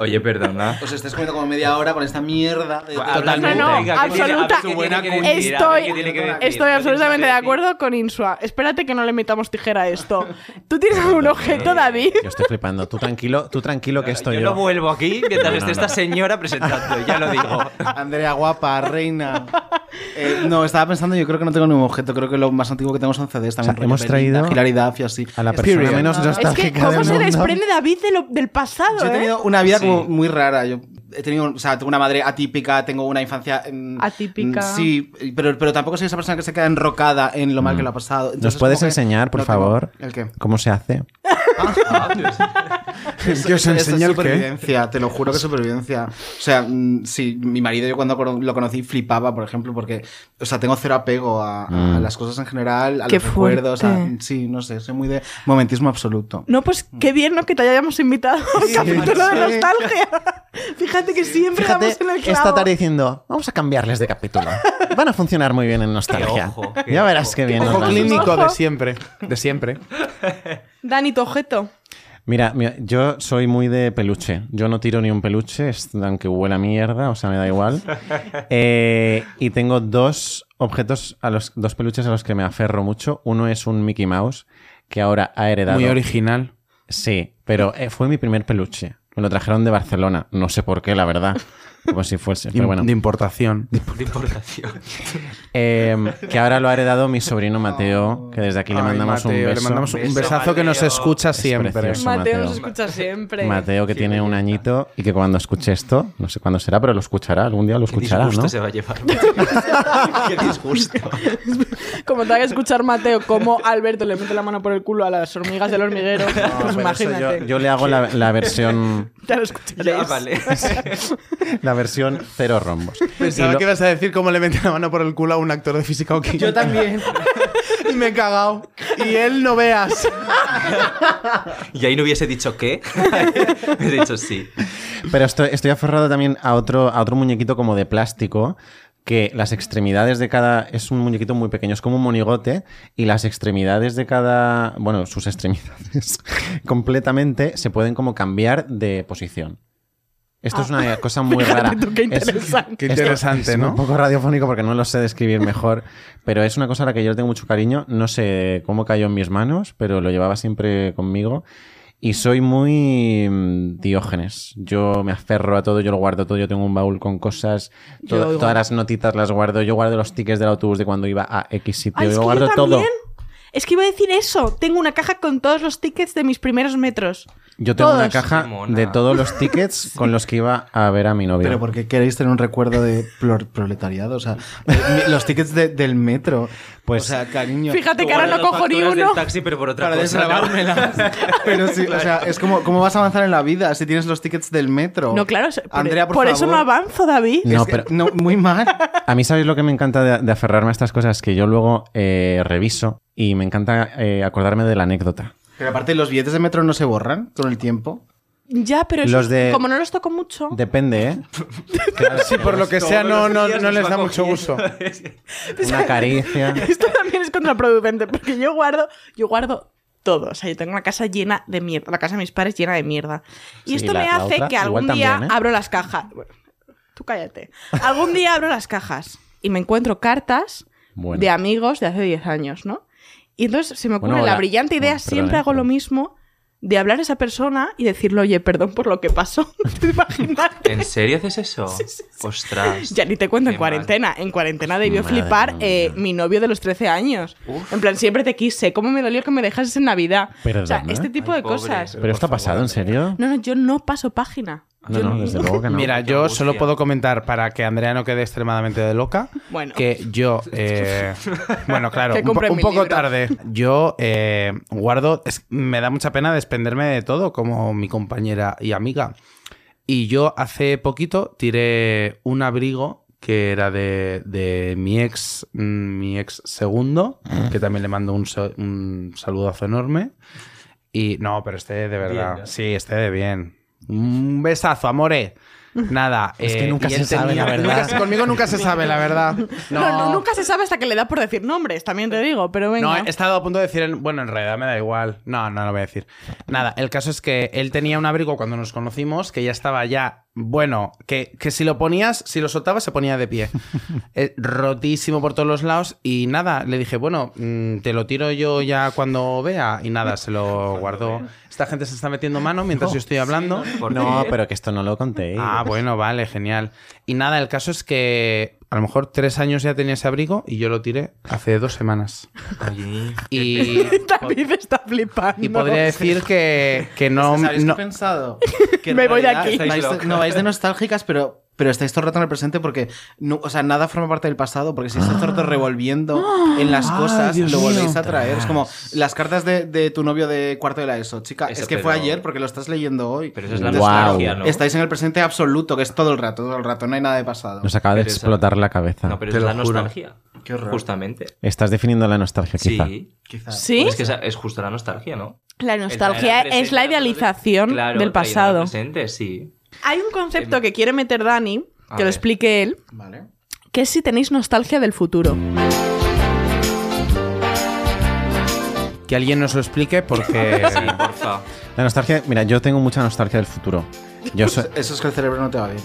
Speaker 4: Oye, perdona.
Speaker 5: Os estáis pues comiendo como media hora con esta mierda. De
Speaker 2: No,
Speaker 3: Totalmente.
Speaker 2: no,
Speaker 4: Venga, ¿qué tiene-
Speaker 2: absoluta.
Speaker 4: a ver, ¿qué tiene que decir? A ver, ¿qué
Speaker 2: Estoy,
Speaker 4: tiene que decir? ¿Qué
Speaker 2: estoy
Speaker 4: tiene
Speaker 2: absolutamente de
Speaker 4: que
Speaker 2: acuerdo con Insua. Espérate que no le metamos tijera a esto. ¿Tú tienes algún objeto, David?
Speaker 3: Yo estoy flipando. Tú tranquilo, tú tranquilo que estoy
Speaker 4: yo,
Speaker 3: yo.
Speaker 4: no vuelvo aquí mientras
Speaker 3: No, no,
Speaker 4: esté
Speaker 3: no.
Speaker 4: esta señora presentando, ya lo digo.
Speaker 5: Andrea guapa, reina. Eh, no, estaba pensando, yo creo que no tengo ningún objeto. Creo que lo más antiguo que tengo son CDs también.
Speaker 3: O sea,
Speaker 5: rollo
Speaker 3: hemos
Speaker 5: Belinda,
Speaker 3: traído
Speaker 5: Hilary Duff y así.
Speaker 3: a la
Speaker 5: Experience.
Speaker 3: persona menos
Speaker 5: Nada.
Speaker 3: nostálgica.
Speaker 2: Es que,
Speaker 3: Nostálgica
Speaker 2: ¿cómo
Speaker 3: del
Speaker 2: se
Speaker 3: mundo.
Speaker 2: desprende David de lo- del pasado?
Speaker 5: Yo he
Speaker 2: eh?
Speaker 5: tenido una vida como
Speaker 4: Sí.
Speaker 5: muy rara. Yo he tenido, o sea, tengo una madre atípica, tengo una infancia mm,
Speaker 2: Atípica.
Speaker 5: mm, Sí, pero, pero tampoco soy esa persona que se queda enrocada en lo mal que lo ha pasado. Entonces,
Speaker 3: Mm. puedes
Speaker 5: como que
Speaker 3: enseñar, por
Speaker 5: no tengo-
Speaker 3: favor?
Speaker 5: ¿El qué?
Speaker 3: ¿Cómo se hace?
Speaker 5: Eso- eso- eso es supervivencia, te lo juro que es supervivencia. O sea, mm, sí, mi marido yo cuando cono- lo conocí flipaba, por ejemplo, porque, o sea, tengo cero apego a, a
Speaker 3: Mm.
Speaker 5: las cosas en general, a
Speaker 2: Qué
Speaker 5: los recuerdos, a-
Speaker 2: fuerte.
Speaker 5: sí, no sé, soy muy de momentismo absoluto.
Speaker 2: No, pues qué bien ¿no? que te hayamos invitado a un capítulo de
Speaker 5: sí.
Speaker 2: nostalgia. Fíjate que siempre
Speaker 3: Fíjate,
Speaker 2: damos en el clavo.
Speaker 3: esta tarde diciendo, vamos a cambiarles de capítulo. Van a funcionar muy bien en nostalgia.
Speaker 4: Qué ojo, qué
Speaker 3: ya verás
Speaker 4: ojo.
Speaker 3: qué bien. nos
Speaker 1: Ojo
Speaker 3: van.
Speaker 1: clínico de siempre. De siempre.
Speaker 2: Dani, tu objeto.
Speaker 3: Mira, mira, yo soy muy de peluche. Yo no tiro ni un peluche, es- aunque huela a mierda, o sea, me da igual. Eh, y tengo dos objetos, a los dos peluches a los que me aferro mucho. Uno es un Mickey Mouse, que ahora ha heredado.
Speaker 1: Muy original.
Speaker 3: Sí, pero eh, fue mi primer peluche. Me lo trajeron de Barcelona. No sé por qué, la verdad. Como si fuese. Pero
Speaker 1: im-
Speaker 3: bueno.
Speaker 1: De importación.
Speaker 4: De importación.
Speaker 3: Eh, que ahora lo ha heredado mi sobrino Mateo, que desde aquí le
Speaker 1: Ay,
Speaker 3: mandamos
Speaker 1: Mateo,
Speaker 3: un
Speaker 1: le
Speaker 3: beso.
Speaker 1: mandamos un
Speaker 4: Beso,
Speaker 1: besazo que nos
Speaker 4: Mateo.
Speaker 1: escucha
Speaker 3: Es
Speaker 1: siempre.
Speaker 3: precioso. Eso,
Speaker 2: Mateo nos
Speaker 3: Mateo.
Speaker 2: escucha siempre.
Speaker 3: Mateo, que
Speaker 4: Sí,
Speaker 3: tiene un
Speaker 4: belleza.
Speaker 3: añito y que cuando escuche esto, no sé cuándo será, pero lo escuchará, algún día lo
Speaker 4: Qué
Speaker 3: escuchará,
Speaker 4: disgusto
Speaker 3: ¿no?
Speaker 4: se va a llevar. Qué disgusto.
Speaker 2: Como te haga escuchar Mateo, como Alberto le mete la mano por el culo a las hormigas del hormiguero. pues
Speaker 3: Pero eso
Speaker 2: imagínate.
Speaker 3: Yo, yo le hago la, la versión
Speaker 2: Ya lo escucharéis.
Speaker 4: Ah, vale.
Speaker 3: la versión cero rombos.
Speaker 1: Pensaba
Speaker 3: Y lo-
Speaker 1: que ibas a decir cómo le meten la mano por el culo a un actor de física o química. Yo también. y me he cagado. Y él no veas.
Speaker 4: Y ahí no hubiese dicho qué. Hubiese dicho sí.
Speaker 3: Pero estoy, estoy aferrado también a otro, a otro muñequito como de plástico que las extremidades de cada... Es un muñequito muy pequeño, es como un monigote y las extremidades de cada... Bueno, sus extremidades completamente se pueden como cambiar de posición. Esto es una cosa muy rara.
Speaker 2: Ah. Tú, qué
Speaker 3: Es-
Speaker 2: interesante.
Speaker 1: Qué
Speaker 3: Esto
Speaker 1: interesante,
Speaker 3: es
Speaker 1: ¿no?
Speaker 3: Un poco radiofónico porque no lo sé describir mejor, pero es una cosa a la que yo le tengo mucho cariño. No sé cómo cayó en mis manos, pero lo llevaba siempre conmigo. Y soy muy mm, diógenes. Yo me aferro a todo, yo lo guardo todo. Yo tengo un baúl con cosas.
Speaker 2: Yo
Speaker 3: to-
Speaker 2: igual.
Speaker 3: todas las notitas las guardo. Yo guardo los tickets del autobús de cuando iba a X sitio.
Speaker 2: Ay, Ah, es
Speaker 3: yo
Speaker 2: que
Speaker 3: guardo
Speaker 2: yo
Speaker 3: todo.
Speaker 2: también. Es que iba a decir eso. Tengo una caja con todos los tickets de mis primeros metros.
Speaker 3: Yo tengo una
Speaker 2: Todos.
Speaker 3: caja
Speaker 4: Qué mona.
Speaker 3: de todos los tickets con los que iba a ver a mi novio.
Speaker 5: Pero porque queréis tener un recuerdo de plor- proletariado, o sea, eh, mi- los tickets de- del metro.
Speaker 3: Pues-
Speaker 5: o sea, cariño.
Speaker 2: Fíjate que ahora no
Speaker 4: Guardo
Speaker 2: cojo ni
Speaker 4: facturas del
Speaker 2: uno.
Speaker 4: taxi, pero por otra
Speaker 5: Para
Speaker 4: cosa, ¿no?
Speaker 5: desgravármelas. Pero sí, o sea, es como, ¿cómo vas a avanzar en la vida si tienes los tickets del metro?
Speaker 2: No, claro. Por,
Speaker 5: Andrea, por,
Speaker 2: por eso no
Speaker 5: favor.
Speaker 2: avanzo, David.
Speaker 3: No,
Speaker 5: Es que-
Speaker 3: pero-
Speaker 5: no, muy mal.
Speaker 3: A mí, ¿sabéis lo que me encanta de, de aferrarme a estas cosas? Que yo luego eh, reviso y me encanta eh, acordarme de la anécdota.
Speaker 5: Pero aparte, los billetes de metro no se borran con el tiempo.
Speaker 2: Ya, pero eso-
Speaker 3: Los de-
Speaker 2: como no los toco mucho.
Speaker 3: Depende, ¿eh?
Speaker 1: Sí, por lo que sea, no, no, no les da mucho uso.
Speaker 3: Una caricia.
Speaker 2: Esto también es contraproducente porque yo guardo, yo guardo todo. O sea, yo tengo una casa llena de mierda, la casa de mis padres llena de mierda. Y
Speaker 3: Sí,
Speaker 2: esto
Speaker 3: la-
Speaker 2: me
Speaker 3: la
Speaker 2: hace
Speaker 3: otra
Speaker 2: que
Speaker 3: igual
Speaker 2: algún
Speaker 3: también,
Speaker 2: día
Speaker 3: ¿eh?
Speaker 2: abro las cajas. Bueno, tú cállate. Algún día abro las cajas y me encuentro cartas
Speaker 3: Bueno.
Speaker 2: de amigos de hace 10 años, ¿no? Y entonces se me ocurre
Speaker 3: Bueno,
Speaker 2: la
Speaker 3: hola.
Speaker 2: brillante idea,
Speaker 3: Bueno, perdón,
Speaker 2: siempre
Speaker 3: eh,
Speaker 2: hago lo
Speaker 3: perdón.
Speaker 2: mismo, de hablar a esa persona y decirle, oye, perdón por lo que pasó. ¿Te imaginas?
Speaker 4: ¿En serio haces eso? Ostras.
Speaker 2: Ya ni te cuento en
Speaker 4: Qué mal.
Speaker 2: cuarentena. En cuarentena debió
Speaker 3: Madre
Speaker 2: flipar eh,
Speaker 3: mía.
Speaker 2: mi novio de los 13 años. En plan, siempre te quise. ¿Cómo me dolió que me dejases en Navidad? o sea,
Speaker 3: Perdón, ¿eh?
Speaker 2: este tipo
Speaker 4: Ay,
Speaker 2: de
Speaker 4: pobre.
Speaker 2: cosas.
Speaker 3: ¿Pero esto ha
Speaker 4: Por favor,
Speaker 3: pasado, en serio?
Speaker 2: No, no, yo no paso página.
Speaker 3: No, no, desde luego que no.
Speaker 1: Mira,
Speaker 4: qué
Speaker 1: yo solo
Speaker 4: angustia.
Speaker 1: puedo comentar para que Andrea no quede extremadamente de loca.
Speaker 2: Bueno.
Speaker 1: Que yo. eh, bueno, claro,
Speaker 2: Que
Speaker 1: un, po-
Speaker 2: compre
Speaker 1: un
Speaker 2: mi
Speaker 1: poco
Speaker 2: libro.
Speaker 1: tarde. Yo eh, guardo. es- me da mucha pena desprenderme de todo, como mi compañera y amiga. Y yo hace poquito tiré un abrigo que era de, de mi ex, mm, mi ex segundo, que también le mando un, sa- un saludazo enorme. Y no, pero este de verdad.
Speaker 4: ¿no?
Speaker 1: Sí, este de bien. Un besazo, amore. Nada.
Speaker 3: Es que
Speaker 1: eh,
Speaker 3: nunca
Speaker 1: y
Speaker 3: se
Speaker 1: él
Speaker 3: sabe, la
Speaker 1: nunca
Speaker 3: verdad.
Speaker 1: se- conmigo nunca se sabe, la verdad.
Speaker 2: No. no, nunca se sabe hasta que le da por decir nombres, también te digo, pero venga.
Speaker 1: No, he estado a punto de decir, en- bueno, en realidad me da igual. No, no lo voy a decir. Nada, el caso es que él tenía un abrigo cuando nos conocimos que ya estaba ya, bueno, que, que si lo ponías, si lo soltabas, se ponía de pie. Eh, rotísimo por todos los lados y nada, le dije, bueno, mm, te lo tiro yo ya cuando vea y nada, se lo guardó. Esta gente se está metiendo mano mientras yo estoy hablando.
Speaker 4: Porque-
Speaker 3: No, pero que esto no lo conté.
Speaker 1: Ah, bueno, vale, genial. Y nada, el caso es que a lo mejor tres años ya tenía ese abrigo y yo lo tiré hace dos semanas.
Speaker 4: Oye,
Speaker 1: Y
Speaker 2: David está flipando.
Speaker 1: Y podría decir que, que no,
Speaker 5: Es que, ¿Sabéis
Speaker 1: no-
Speaker 5: qué he pensado? en
Speaker 2: Me voy de
Speaker 5: realidad
Speaker 2: aquí.
Speaker 5: estáis-
Speaker 4: Estáis locas.
Speaker 5: no, vais de nostálgicas, pero, pero estáis todo el rato en el presente porque, no, o sea, nada forma parte del pasado porque si estáis todo el
Speaker 4: Ah.
Speaker 5: rato revolviendo en las cosas,
Speaker 1: Dios
Speaker 5: lo volvéis
Speaker 1: mío.
Speaker 5: a traer. Es como las cartas de, de tu novio de cuarto de la ESO. Chica,
Speaker 4: Eso,
Speaker 5: es que
Speaker 4: pero-
Speaker 5: fue ayer porque lo estás leyendo hoy.
Speaker 4: pero eso es la
Speaker 5: Entonces,
Speaker 4: nostalgia, ¿no?
Speaker 5: Estáis en el presente absoluto, que es todo el rato, todo el rato, no hay nada de pasado.
Speaker 3: Nos acaba de
Speaker 4: Pero esa-
Speaker 3: explotar la cabeza.
Speaker 4: No, pero
Speaker 1: Te
Speaker 4: eso es la
Speaker 1: lo juro.
Speaker 4: nostalgia.
Speaker 5: Qué horror.
Speaker 4: Justamente.
Speaker 3: Estás definiendo la nostalgia, quizá.
Speaker 4: Sí.
Speaker 3: Pues
Speaker 5: Quizás.
Speaker 2: ¿Sí?
Speaker 4: Es que esa- es justo la nostalgia, ¿no?
Speaker 2: La
Speaker 4: El
Speaker 2: nostalgia
Speaker 4: traer al
Speaker 2: es la
Speaker 4: presente,
Speaker 2: idealización
Speaker 4: claro,
Speaker 2: del
Speaker 4: traído al
Speaker 2: pasado.
Speaker 4: presente, sí.
Speaker 2: Hay un concepto que quiere meter Dani,
Speaker 4: A
Speaker 2: que lo
Speaker 4: ver.
Speaker 2: explique él,
Speaker 5: Vale.
Speaker 2: que es si tenéis nostalgia del futuro.
Speaker 1: que alguien nos lo explique porque...
Speaker 4: Sí, porfa.
Speaker 3: La nostalgia, mira, yo tengo mucha nostalgia del futuro. Yo soy.
Speaker 5: Eso es que el cerebro no te va bien.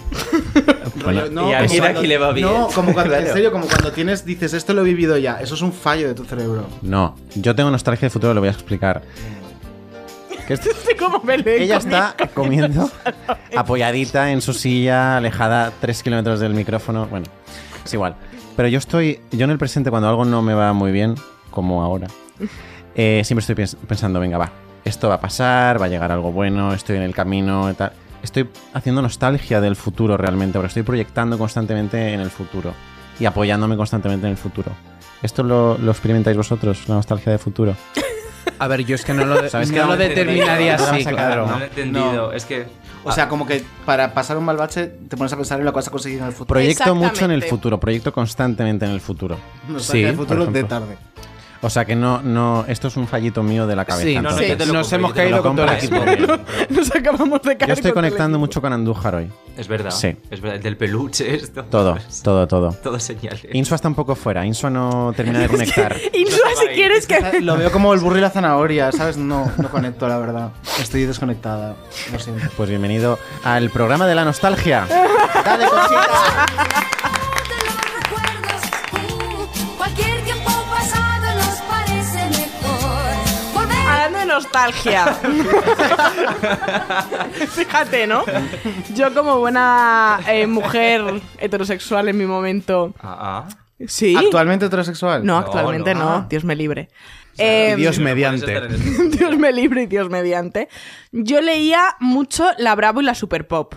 Speaker 3: Bueno,
Speaker 5: Rollo,
Speaker 4: y a
Speaker 5: como
Speaker 4: mí de
Speaker 5: cuando-
Speaker 4: aquí le va bien.
Speaker 5: No, como cuando, en
Speaker 4: Claro.
Speaker 5: serio, como cuando tienes, dices, esto lo he vivido ya. Eso es un fallo de tu cerebro.
Speaker 3: No, yo tengo nostalgia del futuro, lo voy a explicar. Que es-
Speaker 2: No sé cómo me leí
Speaker 3: Ella
Speaker 2: con
Speaker 3: está comiendo apoyadita en su silla, alejada 3 kilómetros del micrófono. Bueno, es igual. Pero yo estoy, yo en el presente, cuando algo no me va muy bien, como ahora, eh, siempre estoy piens- pensando, venga, va, esto va a pasar, va a llegar algo bueno, estoy en el camino, tal. Estoy haciendo nostalgia del futuro realmente, porque estoy proyectando constantemente en el futuro y apoyándome constantemente en el futuro. ¿Esto lo, lo experimentáis vosotros, la nostalgia del futuro?
Speaker 1: A ver, yo es que no lo, de-
Speaker 3: Sabes que
Speaker 1: no
Speaker 3: no
Speaker 1: lo
Speaker 3: lo
Speaker 1: determinaría
Speaker 3: entendí, no lo
Speaker 1: así,
Speaker 3: vas a sacar,
Speaker 1: claro.
Speaker 4: No lo he entendido.
Speaker 5: No.
Speaker 4: Es que.
Speaker 5: O sea, como que para pasar un mal bache te pones a pensar en lo que vas a conseguir en el futuro.
Speaker 3: Proyecto mucho en el
Speaker 2: Exactamente.
Speaker 3: futuro, proyecto constantemente en el futuro.
Speaker 5: No
Speaker 1: Sí,
Speaker 5: sí, el futuro
Speaker 3: por
Speaker 5: de
Speaker 3: ejemplo.
Speaker 5: tarde.
Speaker 3: O sea que no, no, esto es un fallito mío de la cabeza.
Speaker 1: Sí, no,
Speaker 4: no, no,
Speaker 3: entonces.
Speaker 4: yo te lo
Speaker 1: Nos
Speaker 4: compro,
Speaker 1: hemos
Speaker 4: yo te lo
Speaker 1: caído con todo el
Speaker 4: compro.
Speaker 3: equipo.
Speaker 2: Nos acabamos de caer.
Speaker 3: Yo estoy
Speaker 2: con
Speaker 3: conectando
Speaker 2: Telecinco.
Speaker 3: mucho con Andújar hoy.
Speaker 4: Es verdad.
Speaker 3: Sí.
Speaker 4: Es verdad. El del peluche, esto.
Speaker 3: Todo,
Speaker 4: Es-
Speaker 3: todo, todo.
Speaker 4: Todo señales.
Speaker 3: Insua está un poco fuera, Insua no termina de conectar.
Speaker 2: Insua, si
Speaker 4: No se va a ir.
Speaker 2: quieres que.
Speaker 5: Lo veo como el burro y la zanahoria, ¿sabes? No, no conecto, la verdad. Estoy desconectada. Lo siento.
Speaker 3: Pues bienvenido al programa de la nostalgia.
Speaker 5: Dale, cosita.
Speaker 8: Cualquier tiempo pasado nos parece mejor. Volver
Speaker 2: Hablando de nostalgia. Fíjate, ¿no? Yo como buena eh, mujer heterosexual en mi momento.
Speaker 4: Ah, ah.
Speaker 2: ¿Sí?
Speaker 5: ¿Actualmente heterosexual?
Speaker 2: No,
Speaker 4: No,
Speaker 2: actualmente no.
Speaker 4: no. Ah.
Speaker 2: Dios me libre.
Speaker 1: Y
Speaker 2: Eh,
Speaker 1: Dios
Speaker 4: Sí, no puedes
Speaker 1: mediante.
Speaker 4: estar en esto.
Speaker 2: Dios me libre y Dios mediante. Yo leía mucho la Bravo y la Super Pop,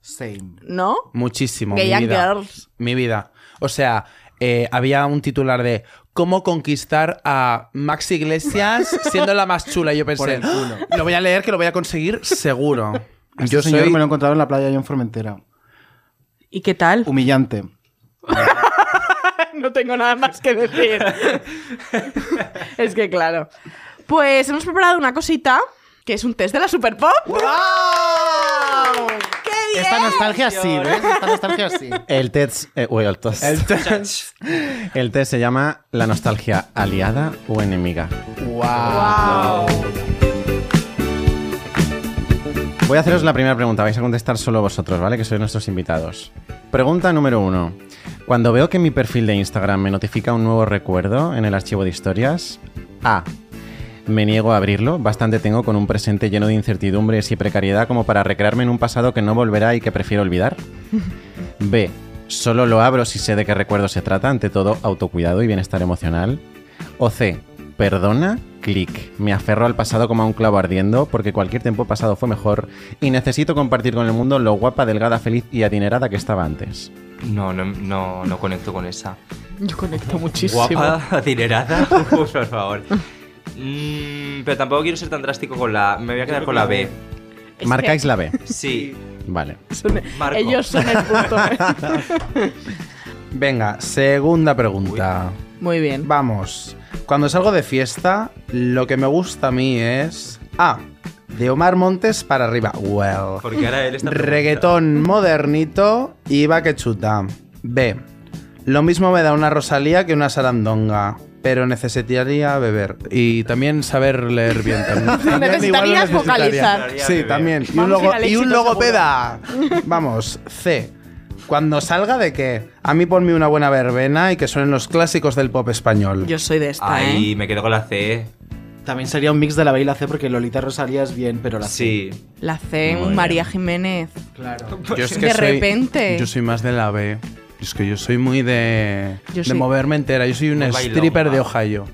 Speaker 5: Same.
Speaker 2: ¿no?
Speaker 1: Muchísimo,
Speaker 2: Gay
Speaker 1: mi
Speaker 2: and
Speaker 1: vida.
Speaker 2: Girls.
Speaker 1: Mi vida. O sea, eh, había un titular de ¿Cómo conquistar a Max Iglesias siendo la más chula? Y yo pensé, "¡Ah!
Speaker 5: el culo.
Speaker 1: lo voy a leer, que lo voy a conseguir seguro.
Speaker 5: Yo,
Speaker 1: Yo
Speaker 5: Este señor,
Speaker 1: soy...
Speaker 5: me lo he encontrado en la playa yo en Formentera.
Speaker 2: ¿Y qué tal?
Speaker 5: Um. Humillante.
Speaker 2: No tengo nada más que decir. es que claro. Pues hemos preparado una cosita que es un test de la Super Pop. ¡Qué bien!
Speaker 5: Esta nostalgia sí, ¿ves? Esta nostalgia sí.
Speaker 3: El test, eh, uy, el test. El test. se llama la nostalgia aliada o enemiga.
Speaker 2: Guau.
Speaker 3: Voy a haceros la primera pregunta, vais a contestar solo vosotros, ¿vale? Que sois nuestros invitados. Pregunta número uno. Cuando veo que mi perfil de Instagram me notifica un nuevo recuerdo en el archivo de historias, A. Me niego a abrirlo, bastante tengo con un presente lleno de incertidumbres y precariedad como para recrearme en un pasado que no volverá y que prefiero olvidar. B. Solo lo abro si sé de qué recuerdo se trata, ante todo autocuidado y bienestar emocional. O C. Perdona, clic. Me aferro al pasado como a un clavo ardiendo porque cualquier tiempo pasado fue mejor y necesito compartir con el mundo lo guapa, delgada, feliz y adinerada que estaba antes.
Speaker 4: No, no, no, no conecto con esa.
Speaker 2: Yo conecto muchísimo.
Speaker 4: Guapa, adinerada. Por favor. Mm, pero tampoco quiero ser tan drástico con la. Me voy a quedar con la B.
Speaker 2: Es
Speaker 3: Marcáis la B.
Speaker 4: Sí.
Speaker 3: Vale.
Speaker 2: que son-
Speaker 4: Marco.
Speaker 2: ellos son el punto.
Speaker 1: Venga, segunda pregunta.
Speaker 2: Muy bien.
Speaker 1: Vamos. Cuando salgo de fiesta, lo que me gusta a mí es. A. ah, de Omar Montes para arriba. Well.
Speaker 4: Porque ahora él está. preguntando.
Speaker 1: Reggaetón modernito y va que chuta. B. Lo mismo me da una Rosalía que una Sarandonga, pero necesitaría beber. Y también saber leer bien también. También igual lo
Speaker 2: Necesitarías
Speaker 1: necesitaría.
Speaker 2: vocalizar.
Speaker 1: Sí, también. Y un,
Speaker 2: Vamos a ir
Speaker 1: logo,
Speaker 2: al
Speaker 1: y un
Speaker 2: éxito
Speaker 1: logopeda. Vamos, C. Cuando salga de qué, a mí ponme una buena verbena y que suenen los clásicos del pop español.
Speaker 2: Yo soy de esta,
Speaker 4: Ahí
Speaker 2: ¿eh?
Speaker 4: me quedo con la C.
Speaker 5: También sería un mix de la B y la C porque Lolita Rosalía es bien, pero la C.
Speaker 4: Sí.
Speaker 2: La C,
Speaker 4: Muy bien.
Speaker 2: María Jiménez.
Speaker 5: Claro.
Speaker 1: Yo es
Speaker 2: Pues De repente.
Speaker 1: Yo soy más de la B. Es que yo soy muy de,
Speaker 2: Yo
Speaker 1: de
Speaker 2: soy-
Speaker 1: moverme entera. Yo soy un
Speaker 4: Muy
Speaker 3: Pues
Speaker 4: bailonga.
Speaker 1: stripper de Ohio.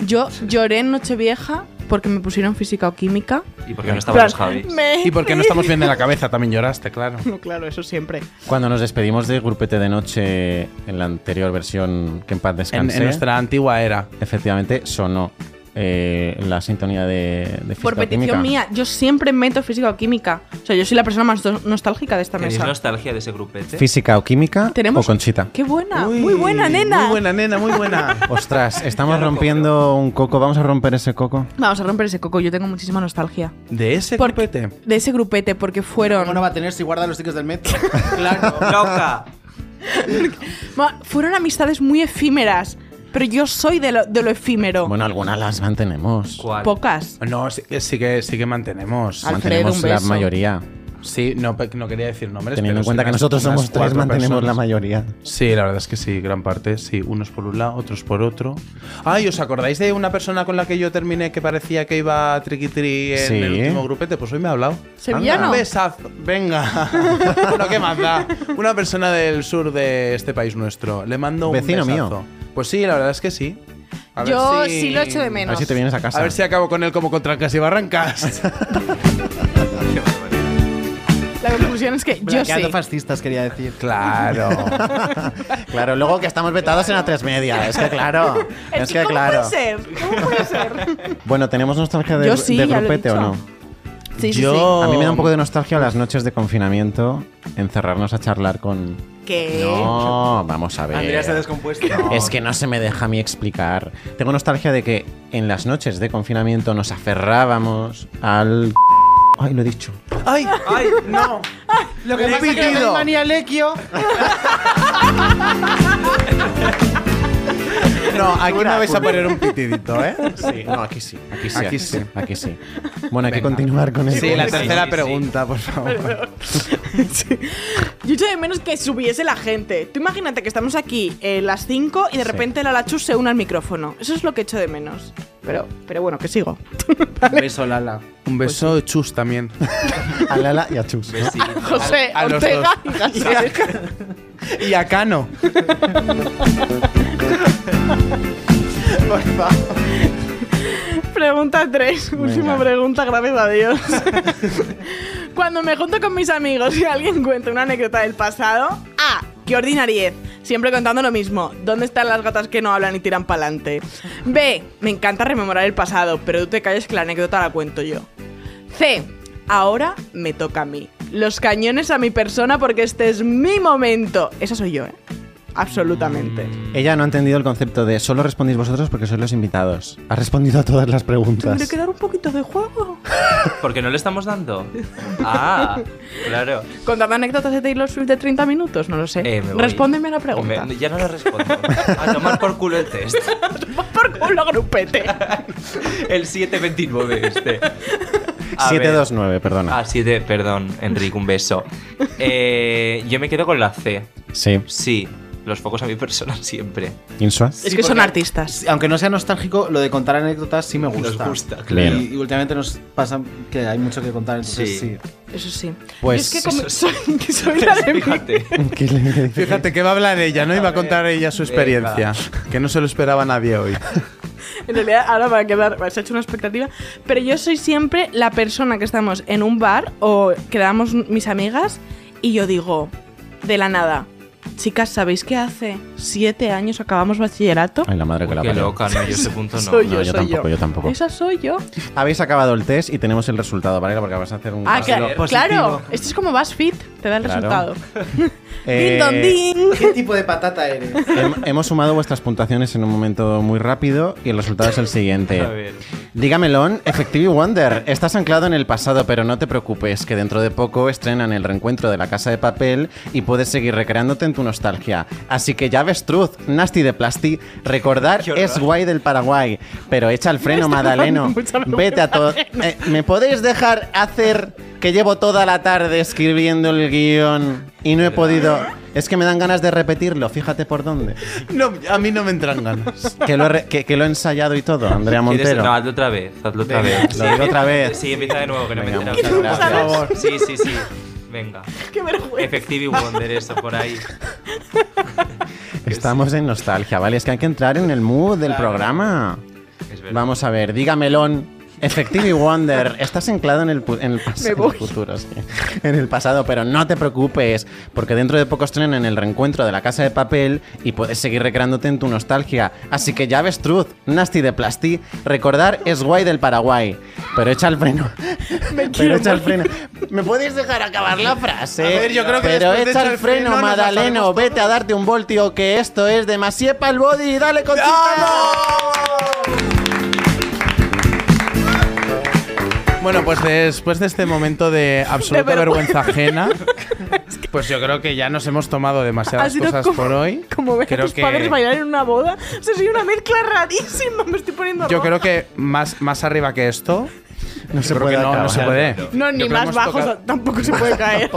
Speaker 2: Yo lloré en Nochevieja porque me pusieron física o química.
Speaker 4: ¿Y por qué no estaban los
Speaker 2: Plan,
Speaker 4: Javis?
Speaker 2: me-
Speaker 1: Y porque no estamos bien de la cabeza, también lloraste, claro.
Speaker 2: No, claro, eso siempre.
Speaker 3: Cuando nos despedimos de Grupete de Noche en la anterior versión, que en paz
Speaker 1: En,
Speaker 3: descanse,
Speaker 1: en nuestra antigua era.
Speaker 3: efectivamente sonó eh, la sintonía de, de
Speaker 2: Por
Speaker 3: Física
Speaker 2: petición
Speaker 3: Química.
Speaker 2: mía, yo siempre meto física o química. O sea, yo soy la persona más do- nostálgica de esta
Speaker 4: ¿Tenéis
Speaker 2: mesa.
Speaker 4: nostalgia de ese grupete?
Speaker 3: ¿Física o Química
Speaker 2: Tenemos-
Speaker 3: o Conchita?
Speaker 2: ¡Qué buena! ¡Muy buena, nena!
Speaker 1: Muy buena, nena, muy buena.
Speaker 3: Ostras, estamos
Speaker 4: Ya lo
Speaker 3: rompiendo un coco. Vamos a romper ese coco.
Speaker 2: Vamos a romper ese coco, yo tengo muchísima nostalgia.
Speaker 1: De ese
Speaker 2: Porque-
Speaker 1: copete.
Speaker 2: De ese grupete, porque fueron.
Speaker 5: ¿Cómo no va a tener si guarda los tickets del metro? claro.
Speaker 4: ¡Loca!
Speaker 2: Ma- Fueron amistades muy efímeras, pero yo soy de lo, de lo efímero.
Speaker 3: Bueno, algunas las mantenemos.
Speaker 4: ¿Cuál?
Speaker 2: Pocas.
Speaker 1: No, sí, que- sí que, sí que mantenemos.
Speaker 2: Alfredo,
Speaker 3: mantenemos
Speaker 2: un
Speaker 3: la
Speaker 2: beso.
Speaker 3: mayoría.
Speaker 1: Sí, no, pe- no quería decir nombres. pero
Speaker 3: Teniendo en cuenta
Speaker 1: sí
Speaker 3: que
Speaker 1: unas-
Speaker 3: nosotros
Speaker 1: unas
Speaker 3: somos tres,
Speaker 1: cuatro
Speaker 3: mantenemos la
Speaker 1: personas.
Speaker 3: mayoría.
Speaker 1: Sí, la verdad es que sí, gran parte. Sí, unos por un lado, otros por otro. Ay, ¿os acordáis de una persona con la que yo terminé que parecía que iba a triqui-tri en
Speaker 3: Sí.
Speaker 1: el último grupete? Pues hoy me ha hablado.
Speaker 2: Sevillano.
Speaker 1: Un besazo. Venga. Bueno, ¿qué más da? Una persona del sur de este país nuestro. Le mando un
Speaker 3: Vecino
Speaker 1: besazo.
Speaker 3: mío.
Speaker 1: Pues sí, la verdad es que sí. A ver
Speaker 2: Yo
Speaker 1: si-
Speaker 2: sí lo echo de
Speaker 3: A
Speaker 2: menos.
Speaker 3: ver si te vienes a casa.
Speaker 1: A ver si acabo con él como con trancas y barrancas.
Speaker 4: Qué barbaridad.
Speaker 2: La conclusión es que yo
Speaker 5: Blanqueando
Speaker 2: sí.
Speaker 5: fascistas, quería decir.
Speaker 1: claro.
Speaker 3: Claro, luego que estamos vetados en la tres media. Es que claro.
Speaker 2: Es
Speaker 3: es
Speaker 2: que,
Speaker 3: que
Speaker 2: ¿Cómo
Speaker 3: claro.
Speaker 2: puede ser? ¿Cómo puede ser?
Speaker 3: Bueno, ¿tenemos nostalgia de,
Speaker 2: Yo sí,
Speaker 3: de
Speaker 2: ya lo he
Speaker 3: grupete o
Speaker 2: dicho.
Speaker 3: no?
Speaker 2: Sí, sí,
Speaker 1: Yo-
Speaker 3: A mí me da un poco de nostalgia las noches de confinamiento, encerrarnos a charlar con...
Speaker 2: sí. ¿Qué?
Speaker 3: No, vamos a ver.
Speaker 5: Andrea se ha descompuesto.
Speaker 3: Es que no se me deja a mí explicar. Tengo nostalgia de que en las noches de confinamiento nos aferrábamos al... Ay, lo he dicho.
Speaker 1: ¡Ay! ¡Ay! ¡No!
Speaker 5: Lo que pasa es que
Speaker 1: pitido.
Speaker 5: el manialequio
Speaker 1: No, aquí no vais a poner un pitidito, ¿eh?
Speaker 3: Sí, no, aquí sí. Aquí sí.
Speaker 1: Aquí sí.
Speaker 3: Aquí sí. Bueno, hay que
Speaker 1: Venga.
Speaker 3: continuar con el...
Speaker 1: Sí, la tercera
Speaker 4: sí.
Speaker 1: pregunta, por favor.
Speaker 2: Sí. Yo echo de menos que subiese la gente. Tú imagínate que estamos aquí eh, las 5 y de
Speaker 3: Sí.
Speaker 2: repente la Lachu se une al micrófono. Eso es lo que echo de menos. Pero, pero bueno, que sigo.
Speaker 5: Beso, Lala.
Speaker 1: Un beso chus también.
Speaker 3: A Lala y a Chus. ¿no?
Speaker 4: Besito.
Speaker 2: José,
Speaker 1: a los
Speaker 2: Ortega
Speaker 1: dos.
Speaker 2: y Gasset.
Speaker 1: Y acá no.
Speaker 2: Pregunta 3, última pregunta, gracias a Dios. Cuando me junto con mis amigos y alguien cuenta una anécdota del pasado, A, qué ordinariez, siempre contando lo mismo, ¿dónde están las gatas que no hablan y tiran pa'lante? B, me encanta rememorar el pasado, pero tú te calles que la anécdota la cuento yo. C, ahora me toca a mí. Los cañones a mi persona porque este es mi momento. Esa soy yo, ¿eh?
Speaker 1: Mm.
Speaker 2: Absolutamente.
Speaker 3: Ella no ha entendido el concepto de solo respondéis vosotros porque sois los invitados. Ha respondido a todas las preguntas.
Speaker 2: Tendré que dar un poquito de juego.
Speaker 4: Porque no le estamos dando. Ah, claro.
Speaker 2: Contando anécdotas de Taylor Swift de 30 minutos, no lo sé.
Speaker 4: Eh, me voy.
Speaker 2: Respóndeme la pregunta.
Speaker 4: Hombre, ya no la respondo. A tomar por culo el test.
Speaker 2: Por culo, grupete.
Speaker 4: El 729 este. A ver.
Speaker 3: 729, perdona.
Speaker 4: Ah, 7, perdón, Enrique, un beso. Eh, yo me quedo con la C.
Speaker 3: Sí.
Speaker 4: Sí, los focos a mi persona siempre.
Speaker 3: Insua.
Speaker 2: es
Speaker 5: Sí,
Speaker 2: que son
Speaker 5: porque-
Speaker 2: artistas.
Speaker 5: Sí, Aunque no sea nostálgico, lo de contar anécdotas sí me gusta.
Speaker 4: Nos gusta,
Speaker 3: Claro.
Speaker 5: Y, y últimamente nos pasa que hay mucho que contar, entonces
Speaker 4: Sí.
Speaker 5: sí.
Speaker 2: Eso sí.
Speaker 3: Pues-
Speaker 2: Yo es que como-
Speaker 4: eso
Speaker 2: soy, que soy la de
Speaker 4: Fíjate.
Speaker 3: ¿Qué le- qué dice?
Speaker 1: Fíjate que va a hablar ella, ¿no? Iba a contar ella su experiencia. Que no se lo esperaba nadie hoy.
Speaker 2: En realidad, ahora va a quedar. Se ha hecho una expectativa. Pero yo soy siempre la persona que estamos en un bar o quedamos mis amigas y yo digo, de la nada. Chicas, ¿sabéis qué hace siete años acabamos bachillerato?
Speaker 3: Ay, la madre que la
Speaker 4: Qué
Speaker 3: parió.
Speaker 4: loca, no, yo ese punto no.
Speaker 2: soy
Speaker 3: No,
Speaker 2: yo, soy
Speaker 3: yo tampoco,
Speaker 2: yo.
Speaker 3: yo tampoco.
Speaker 2: Esa soy yo.
Speaker 3: Habéis acabado el test y tenemos el resultado, ¿vale? Porque vas a hacer un
Speaker 2: Ah,
Speaker 3: paseo.
Speaker 2: cla- claro. Esto es como vas fit, te da el
Speaker 3: Claro.
Speaker 2: resultado. Din,
Speaker 3: Eh,
Speaker 2: don, din.
Speaker 5: ¿Qué tipo de patata eres?
Speaker 3: hem- Hemos sumado vuestras puntuaciones en un momento muy rápido y el resultado es el siguiente.
Speaker 4: A ver.
Speaker 3: Dígamelo, Effective Wonder, estás anclado en el pasado, pero no te preocupes, que dentro de poco estrenan el reencuentro de la casa de papel y puedes seguir recreándote en tu nostalgia. Así que ya ves, Truth, Nasty de Plasti, recordar
Speaker 4: Qué horror.
Speaker 3: es guay del Paraguay, pero echa el freno, Madaleno.
Speaker 2: mucha vergüenza
Speaker 3: Vete a todo. Eh, ¿Me podéis dejar hacer que llevo toda la tarde escribiendo el guión y no he podido? Es que me dan ganas de repetirlo, fíjate por dónde.
Speaker 5: No, a mí no me entran ganas.
Speaker 3: Que lo he, re- que, que lo he ensayado y todo, Andrea
Speaker 4: ¿Quieres-
Speaker 3: Montero.
Speaker 4: No, hazlo otra vez, hazlo otra
Speaker 3: Venga,
Speaker 4: vez.
Speaker 3: lo digo otra vez.
Speaker 4: Sí, empieza de nuevo, que no me he
Speaker 3: Venga,
Speaker 4: enterado.
Speaker 3: muchas
Speaker 4: Muchas
Speaker 3: gracias.
Speaker 4: gracias. Sí, sí, sí. Venga.
Speaker 2: Qué vergüenza.
Speaker 4: Effective Wonder, eso, por ahí.
Speaker 3: Estamos en nostalgia, ¿vale? Es que hay que entrar en el mood del programa.
Speaker 4: Es verdad.
Speaker 3: Vamos a ver, dígamelón. Effective Wonder, estás anclado en el, pu- en el pasado,
Speaker 2: Me voy.
Speaker 3: futuro, sí. en el pasado, pero no te preocupes, porque dentro de poco estrenan el reencuentro de la Casa de Papel y puedes seguir recreándote en tu nostalgia. Así que ya ves, Truth, Nasty de Plasti, recordar es guay del Paraguay, pero echa el freno. pero echa el freno. ¿Me podéis dejar acabar la frase?
Speaker 5: A ver, yo creo que
Speaker 3: Pero
Speaker 5: después de
Speaker 3: echa
Speaker 5: echar
Speaker 3: el
Speaker 5: el freno,
Speaker 3: freno,
Speaker 5: nos la
Speaker 3: Madaleno,
Speaker 5: sabemos
Speaker 3: vete a darte un voltio que esto es de Masiepa el body, dale con
Speaker 1: Bueno, pues después de este momento de absoluta
Speaker 2: De
Speaker 1: vergüenza ajena, pues yo creo que ya nos hemos tomado
Speaker 2: Ha
Speaker 1: demasiadas
Speaker 2: sido
Speaker 1: cosas
Speaker 2: como-
Speaker 1: por hoy.
Speaker 2: Como ver a
Speaker 1: creo
Speaker 2: tus padres bailar en una boda. O sea, soy una mezcla rarísima. Me estoy poniendo
Speaker 1: Yo
Speaker 2: roja.
Speaker 1: creo que más, más arriba que esto,
Speaker 3: No se
Speaker 1: creo
Speaker 3: puede
Speaker 1: que no, ¿eh? no se puede.
Speaker 2: No,
Speaker 1: Yo
Speaker 2: ni
Speaker 1: creo
Speaker 2: más
Speaker 1: hemos
Speaker 2: bajos
Speaker 1: tocado-
Speaker 2: tampoco se puede caer.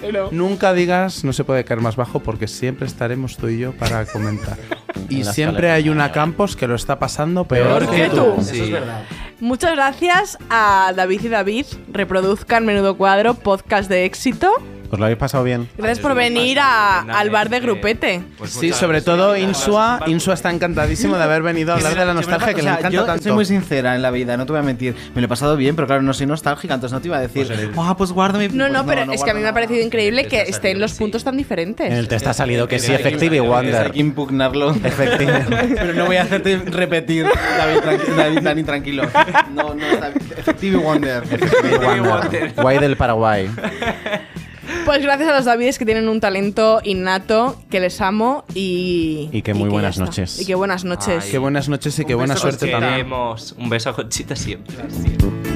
Speaker 2: Pero...
Speaker 1: Nunca digas no se puede caer más bajo porque siempre estaremos tú y yo para comentar.
Speaker 3: En
Speaker 1: Y
Speaker 3: la
Speaker 1: siempre
Speaker 3: escalera.
Speaker 1: hay una Campos que lo está pasando peor,
Speaker 2: Peor que tú.
Speaker 5: Eso es verdad.
Speaker 2: Muchas gracias a David y David. Reproduzcan Menudo Cuadro, podcast de éxito.
Speaker 3: ¿Os lo habéis pasado bien?
Speaker 2: Gracias por venir a- al bar de Grupete.
Speaker 4: Pues
Speaker 1: Sí,
Speaker 4: muchas
Speaker 1: sobre
Speaker 4: gracias.
Speaker 1: todo
Speaker 4: Sí,
Speaker 1: Insua.
Speaker 4: gracias.
Speaker 1: Insua está encantadísimo de haber venido a hablar de la nostalgia que le
Speaker 5: O sea,
Speaker 1: encanta
Speaker 5: yo
Speaker 1: tanto.
Speaker 5: soy muy sincera en la vida, no te voy a mentir. Me lo he pasado bien, pero claro, no soy nostálgica, entonces no te iba a decir, ah, pues, guardo mi...
Speaker 2: No,
Speaker 5: pues
Speaker 2: no, pero es que a
Speaker 5: guardo
Speaker 2: mí me ha
Speaker 5: nada.
Speaker 2: parecido increíble que
Speaker 4: Está
Speaker 2: estén
Speaker 4: saliendo,
Speaker 2: los
Speaker 4: sí.
Speaker 2: puntos tan diferentes.
Speaker 3: En el test ha salido que sí, Effective y
Speaker 5: Entonces Hay
Speaker 3: Wonder.
Speaker 5: que impugnarlo. Pero no voy a hacerte repetir, David, tranqui- David, Dani, tranquilo. No, no, David, Effective Wonder.
Speaker 3: Effective Wonder. Guay del Paraguay.
Speaker 2: Pues gracias a los Davides que tienen un talento innato, que les amo y...
Speaker 3: Y que muy
Speaker 2: ya
Speaker 3: buenas
Speaker 2: está.
Speaker 3: noches.
Speaker 2: Y que buenas noches.
Speaker 4: Ay.
Speaker 1: Qué buenas noches y qué buena
Speaker 4: Beso,
Speaker 1: suerte
Speaker 4: os
Speaker 1: también.
Speaker 4: queremos. Un beso a Conchita siempre. siempre.